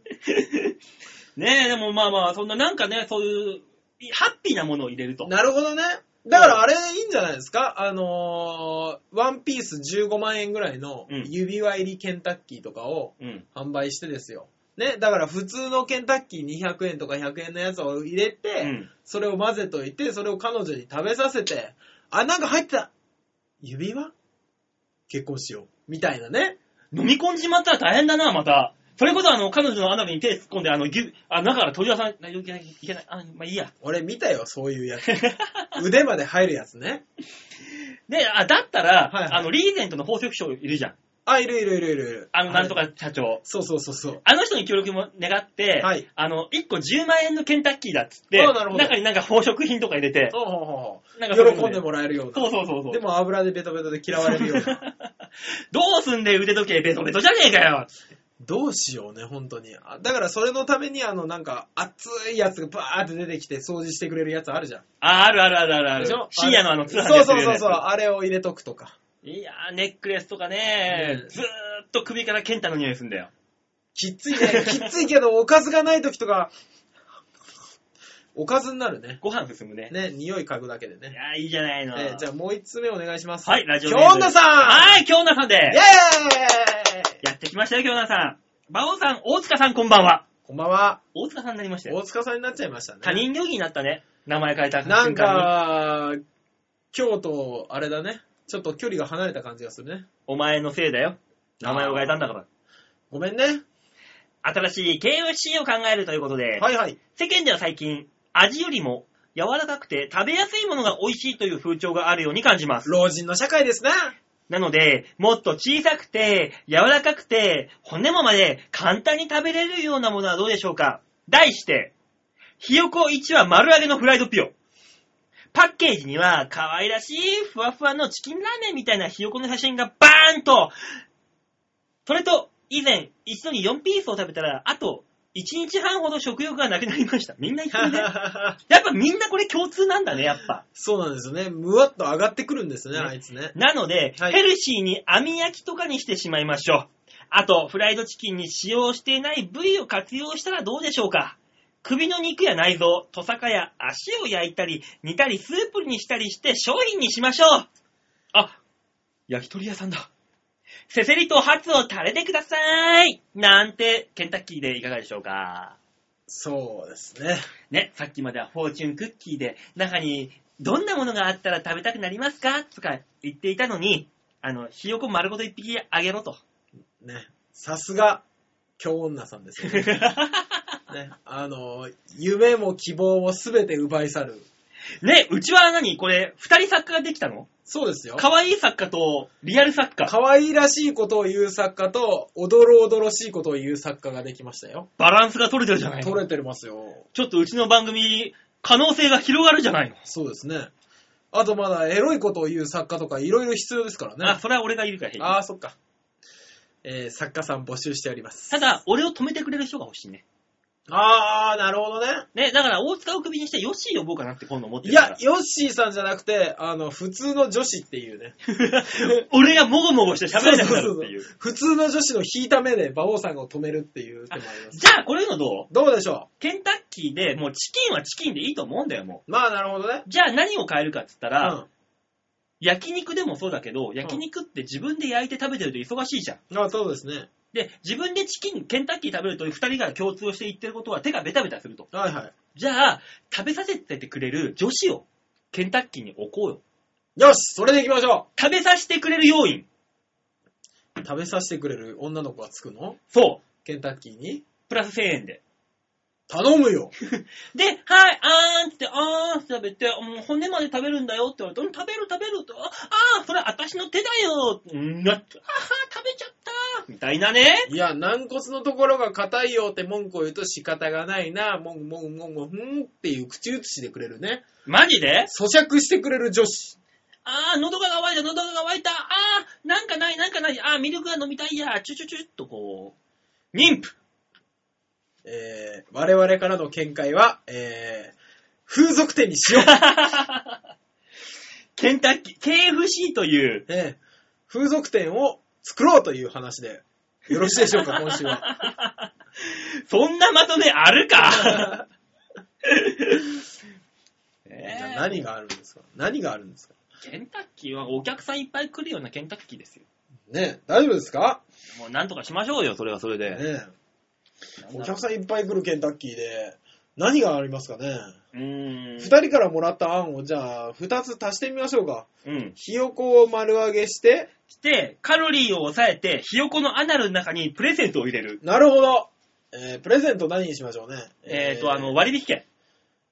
ねえ、でもまあまあ、そんななんかね、そういう、いハッピーなものを入れると。
<laughs> なるほどね。だからあれいいんじゃないですかあのーワンピース15万円ぐらいの
うん
指輪入りケンタッキーとかを
うん。
販売してですよ。ね、だから普通のケンタッキー200円とか100円のやつを入れて、
うん
それを混ぜといて、それを彼女に食べさせて、あ、なんか入ってた指輪結婚しよう。みたいなね。
飲み込んじまったら大変だな、また。それこそ、あの、彼女の穴に手突っ込んで、あの、ぎゅあ、中から取り出さない、いけない、いけない、あ、まあいいや。
俺見たよ、そういうや
<laughs>
つ。腕まで入るやつね。
で、あ、だったら、
はいはい
あの、リーゼントの宝石商いるじゃん。
あ、いるいるいるいるいる。
あの、なんと
は
か
い。
社長。
そうそうそうそう。
あの人に協力も願って、
はい
あの、1個10万円のケンタッキーだっつって、
あなるほど
中になんか宝飾品とか入れて、
ほうほうほう
なんかそういうの
喜んでもらえるような。
そうそうそうそう。
でも油でベトベトで嫌われるような。
<laughs> どうすんで腕時計ベトベトじゃねえかよ
どうしようね、本当に。あだからそれのために、あの、なんか、熱いやつがバーって出てきて掃除してくれるやつあるじゃん。
あ、あるあるあるあるあ
で
る
しょ。
深夜のあの通販で
そ
やっ
う
て
そ
る
う
よ
そう
ね
そう、あれを入れとくとか。
いやー、ネックレスとかね、
うん
ずーっと首からケンタの匂いすんだよ。
きっついね。きっついけど、おかずがない時とか、おかずになるね。
ご飯進むね。
ね、匂い嗅ぐだけで
い
ね。
やー、いいじゃないの。
えーじゃあもう一つ目お願いします。
はい、ラジオネーム。
京女さん
はい、京女さんで
イェー
す。
イ
やってきましたよ、京女さん。馬王さん、大塚さん、こんばんは。
こんばんは。
大塚さんになりましたよ。
大塚さんになっちゃいましたね。
他人行儀になったね。名前変えた瞬間
な
に
ん、か、京都、あれだね。ちょっと距離が離れた感じがするね。
お前のせいだよ。名前を変えたんだから。
ごめんね。
新しい KFC を考えるということで、
はいはい。
世間では最近、味よりも柔らかくて食べやすいものが美味しいという風潮があるように感じます。
老人の社会ですな。
なので、もっと小さくて、柔らかくて、骨もまで簡単に食べれるようなものはどうでしょうか題して、ひよこ1は丸揚げのフライドピオ。パッケージには可愛らしいふわふわのチキンラーメンみたいなひよこの写真がバーンと、それと、以前、一度に4ピースを食べたら、あと、1日半ほど食欲がなくなりました。みんな一
<laughs>
緒で。やっぱみんなこれ共通なんだね、やっぱ。
<laughs> そうなんですよね。むわっと上がってくるんですよね、
ね
あいつね。
なので、
はい
ヘルシーに網焼きとかにしてしまいましょう。あと、フライドチキンに使用していない部位を活用したらどうでしょうか首の肉や内臓、トサカや足を焼いたり、煮たり、スープにしたりして商品にしましょうあ、焼き鳥屋さんだ。せせりとハツを垂れてくださいなんて、ケンタッキーでいかがでしょうか
そうですね。
ね、さっきまではフォーチュンクッキーで、中にどんなものがあったら食べたくなりますかとか言っていたのに、あの、ひよこ丸ごと一匹あげろと。 <laughs>
ね。さすが、京女さんですよ <laughs> ね。ね。あの、夢も希望も全て奪い去る。
ね、うちは何これ、二人作家ができたの
そうですよ。
可愛い作家とリアル作家。
可愛らしいことを言う作家と、おどろおどろしいことを言う作家ができましたよ。
バランスが取れてるじゃない
取
の。
れてますよ。
ちょっとうちの番組、可能性が広がるじゃないの。
そうですね。あとまだ、エロいことを言う作家とか、いろいろ必要ですからね。
あ、それは俺がいるから平気
あー、そっか。えー、作家さん募集しております。
ただ、俺を止めてくれる人が欲しいね。
あー、なるほどね。
ね、だから大塚をクビにしてヨッシー呼ぼうかなって今度思って
い
るから
や、。ヨッシーさんじゃなくて、あの、普通の女子っていうね。
<laughs> 俺がもごもごして喋れなくなるっていう。
そうそうそう <laughs> 普通の女子の引いた目で馬王さんを止めるっていう手もあります。
じゃあ、これのどう
どうでしょ
ケンタッキーでもうチキンはチキンでいいと思うんだよ、も
うまあ、なるほどね
う。。じゃあ何を変えるかっつった
う
ら、焼肉でもそうだけど、焼肉って自分で焼いて食べてると忙しいじゃん。
ん。あそうですね。
で、自分でチキン、ケンタッキー食べると二人が共通して言ってることは手がベタベタすると。
はいはい。
じゃあ、食べさせてくれる女子をケンタッキーに置こうよ。
よしそれで行きましょ
食べさせてくれる要員。
う食べさせてくれる女の子がつくの
そう。
ケンタッキーに
プラス1000円で。
頼むよ
で、はい、あーんって、あーんって食べて、もう骨まで食べるんだよって言われて、うん食べる食べると、ああー、それ私の手だようんなあはー、食べちゃったみたいなね。
いや、軟骨のところが硬いよって文句を言うと仕方がないな、もんもんもんもん、ふんっていう口移しでくれるね。
マジで
咀嚼してくれる女子。
あー、喉が渇いた、喉が渇いた、あー、なんかない、なんかない、あー、ミルクが飲みたいや、チュチュチュっとこう、妊婦。 <laughs>
えー、我々からの見解は、えー、風俗店にしよう。 <laughs>
ケンタッキー、KFC という、
えー、風俗店を作ろうという話で、よろしいでしょ <laughs> うか、今週は。
そんなまとめあるか <laughs> えー
何があるんですか何があるんですか
ケンタッキーはお客さんいっぱい来るようなケンタッキーですよ。
ねえ大丈夫ですか
もうなんとかしましょうよ、それはそれで。
ねえ
なんだろう
お客さんいっぱい来るケンタッキーで、何がありますかね、
うーん。
二人からもらった案を、じゃあ、二つ足してみましょうか。
うん。
ひよこを丸揚げして、
して、カロリーを抑えて、ひよこのアナルの中にプレゼントを入れる。
なるほど。えー、プレゼント何にしましょうね。
えっ、ー、と、あの、、割引券。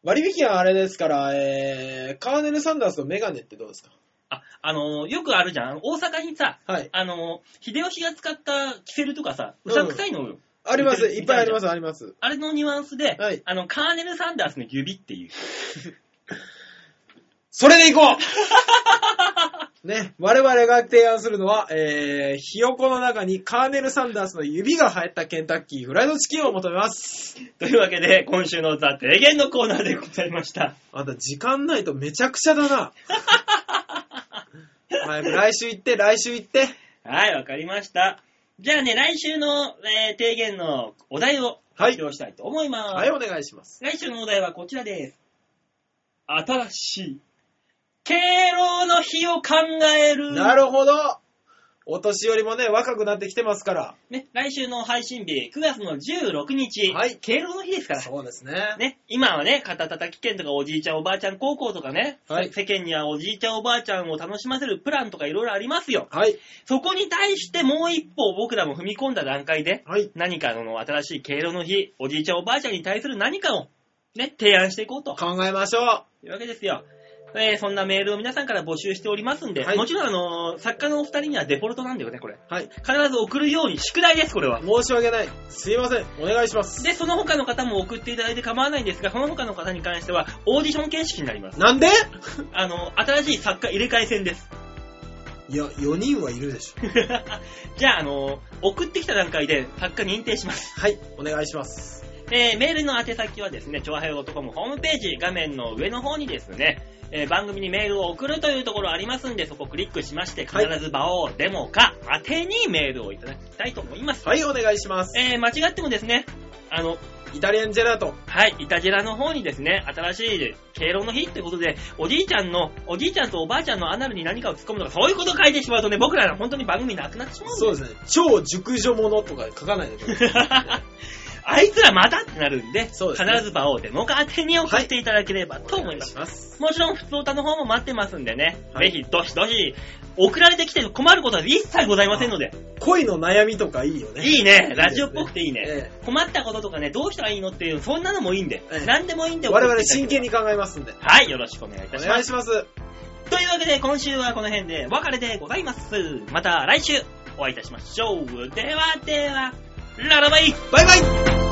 割引はあれですから、えー、カーネル・サンダースのメガネってどうですか
あ、あのー、よくあるじゃん。大阪にさ、
はい。
あのー、秀吉が使ったキセルとかさ、うさくさいのよ。
あります。
見てる
いっぱいあります、あります。
あれのニュアンスで、
はい
あの、カーネル・サンダースの指っていう。 <laughs>
それでいこ
<laughs>
うね、我々が提案するのは、えー、ひよこの中にカーネル・サンダースの指が入ったケンタッキーフライドチキンを求めます。
というわけで、今週のザ・提言のコーナーでございました。
あんた時間ないとめちゃくちゃ
<laughs>
だな。はい、来週行って、来週行って。
はい、わかりました。じゃあね、来週の、えー提言のお題を
はい
発表したいと思います。
はい、お願いします。
来週のお題はこちらです。新しい。敬老の日を考える。
なるほど。お年寄りもね、若くなってきてますから。
ね、来週の配信日、9月の16日、
はい
敬老の日ですから。
そうですね。
ね、今はね、肩たたき券とかおじいちゃんおばあちゃん高校とかね、
はい
世間にはおじいちゃんおばあちゃんを楽しませるプランとかいろいろありますよ。
はい。
そこに対してもう一歩僕らも踏み込んだ段階で、
はい。
何かの新しい敬老の日、おじいちゃんおばあちゃんに対する何かを、ね、提案していこうと
考えましょ
いうわけですよ。えーそんなメールを皆さんから募集しておりますんで、
はい
もちろんあのー作家のお二人にはデフォルトなんだよね、これ。
う。はい。
必ず送るように宿題です、これは。
申し訳ない。すいません。お願いします。
で、その他の方も送っていただいて構わないんですが、その他の方に関しては、オーディション形式になります。
なんで
あの、新しい作家入れ替え戦です。 <laughs>
いや、4人はいるでしょ。
じゃあ、あの、送ってきた段階で作家認定します。
はい。お願いします。
えー、メールの宛先はですね、超平洋 .com ホームページ、画面の上の方にですね、えー番組にメールを送るというところありますんで、そこをクリックしまして、必
はい
ず場をデモか宛てにメールをいただきたいと思います。
はい、お願いします。
えー、間違ってもですね、あの、
イタリアンジェラート。
はい、イタジェラの方にですね、新しい敬老の日ってことで、おじいちゃんの、おじいちゃんとおばあちゃんのアナルに何かを突っ込むとか、そういうこと書いてしまうとね、僕らは本当に番組なくなってしまうん
そうですね。超熟女ものとか書かないでくだ <laughs> さい。
であいつらまたってなるんで、
そうですね
必ず場をデモカ宛てに送っていただければと
お
思い
願い
ます
し。ます。
もちろん、普通歌の方も待ってますんでね、
はい
ぜひ、どしどし、送られてきて困ることは一切ございませんので、
恋の悩みとかいいよね。
いいね、ラジオっぽくていいね。
え
困ったこととかね、どうしたらいいのっていう、そんなのもいいんで、
ええ
何でもいいん
え
で、
我々真
に
剣に考えますんで。
はい、よろしくお願いいた
お
しま
願い
す。
します。
というわけで、今週はこの辺でお別れでございます。また来週お会いいたしましょう。ではでは、ララバイ
バイバイ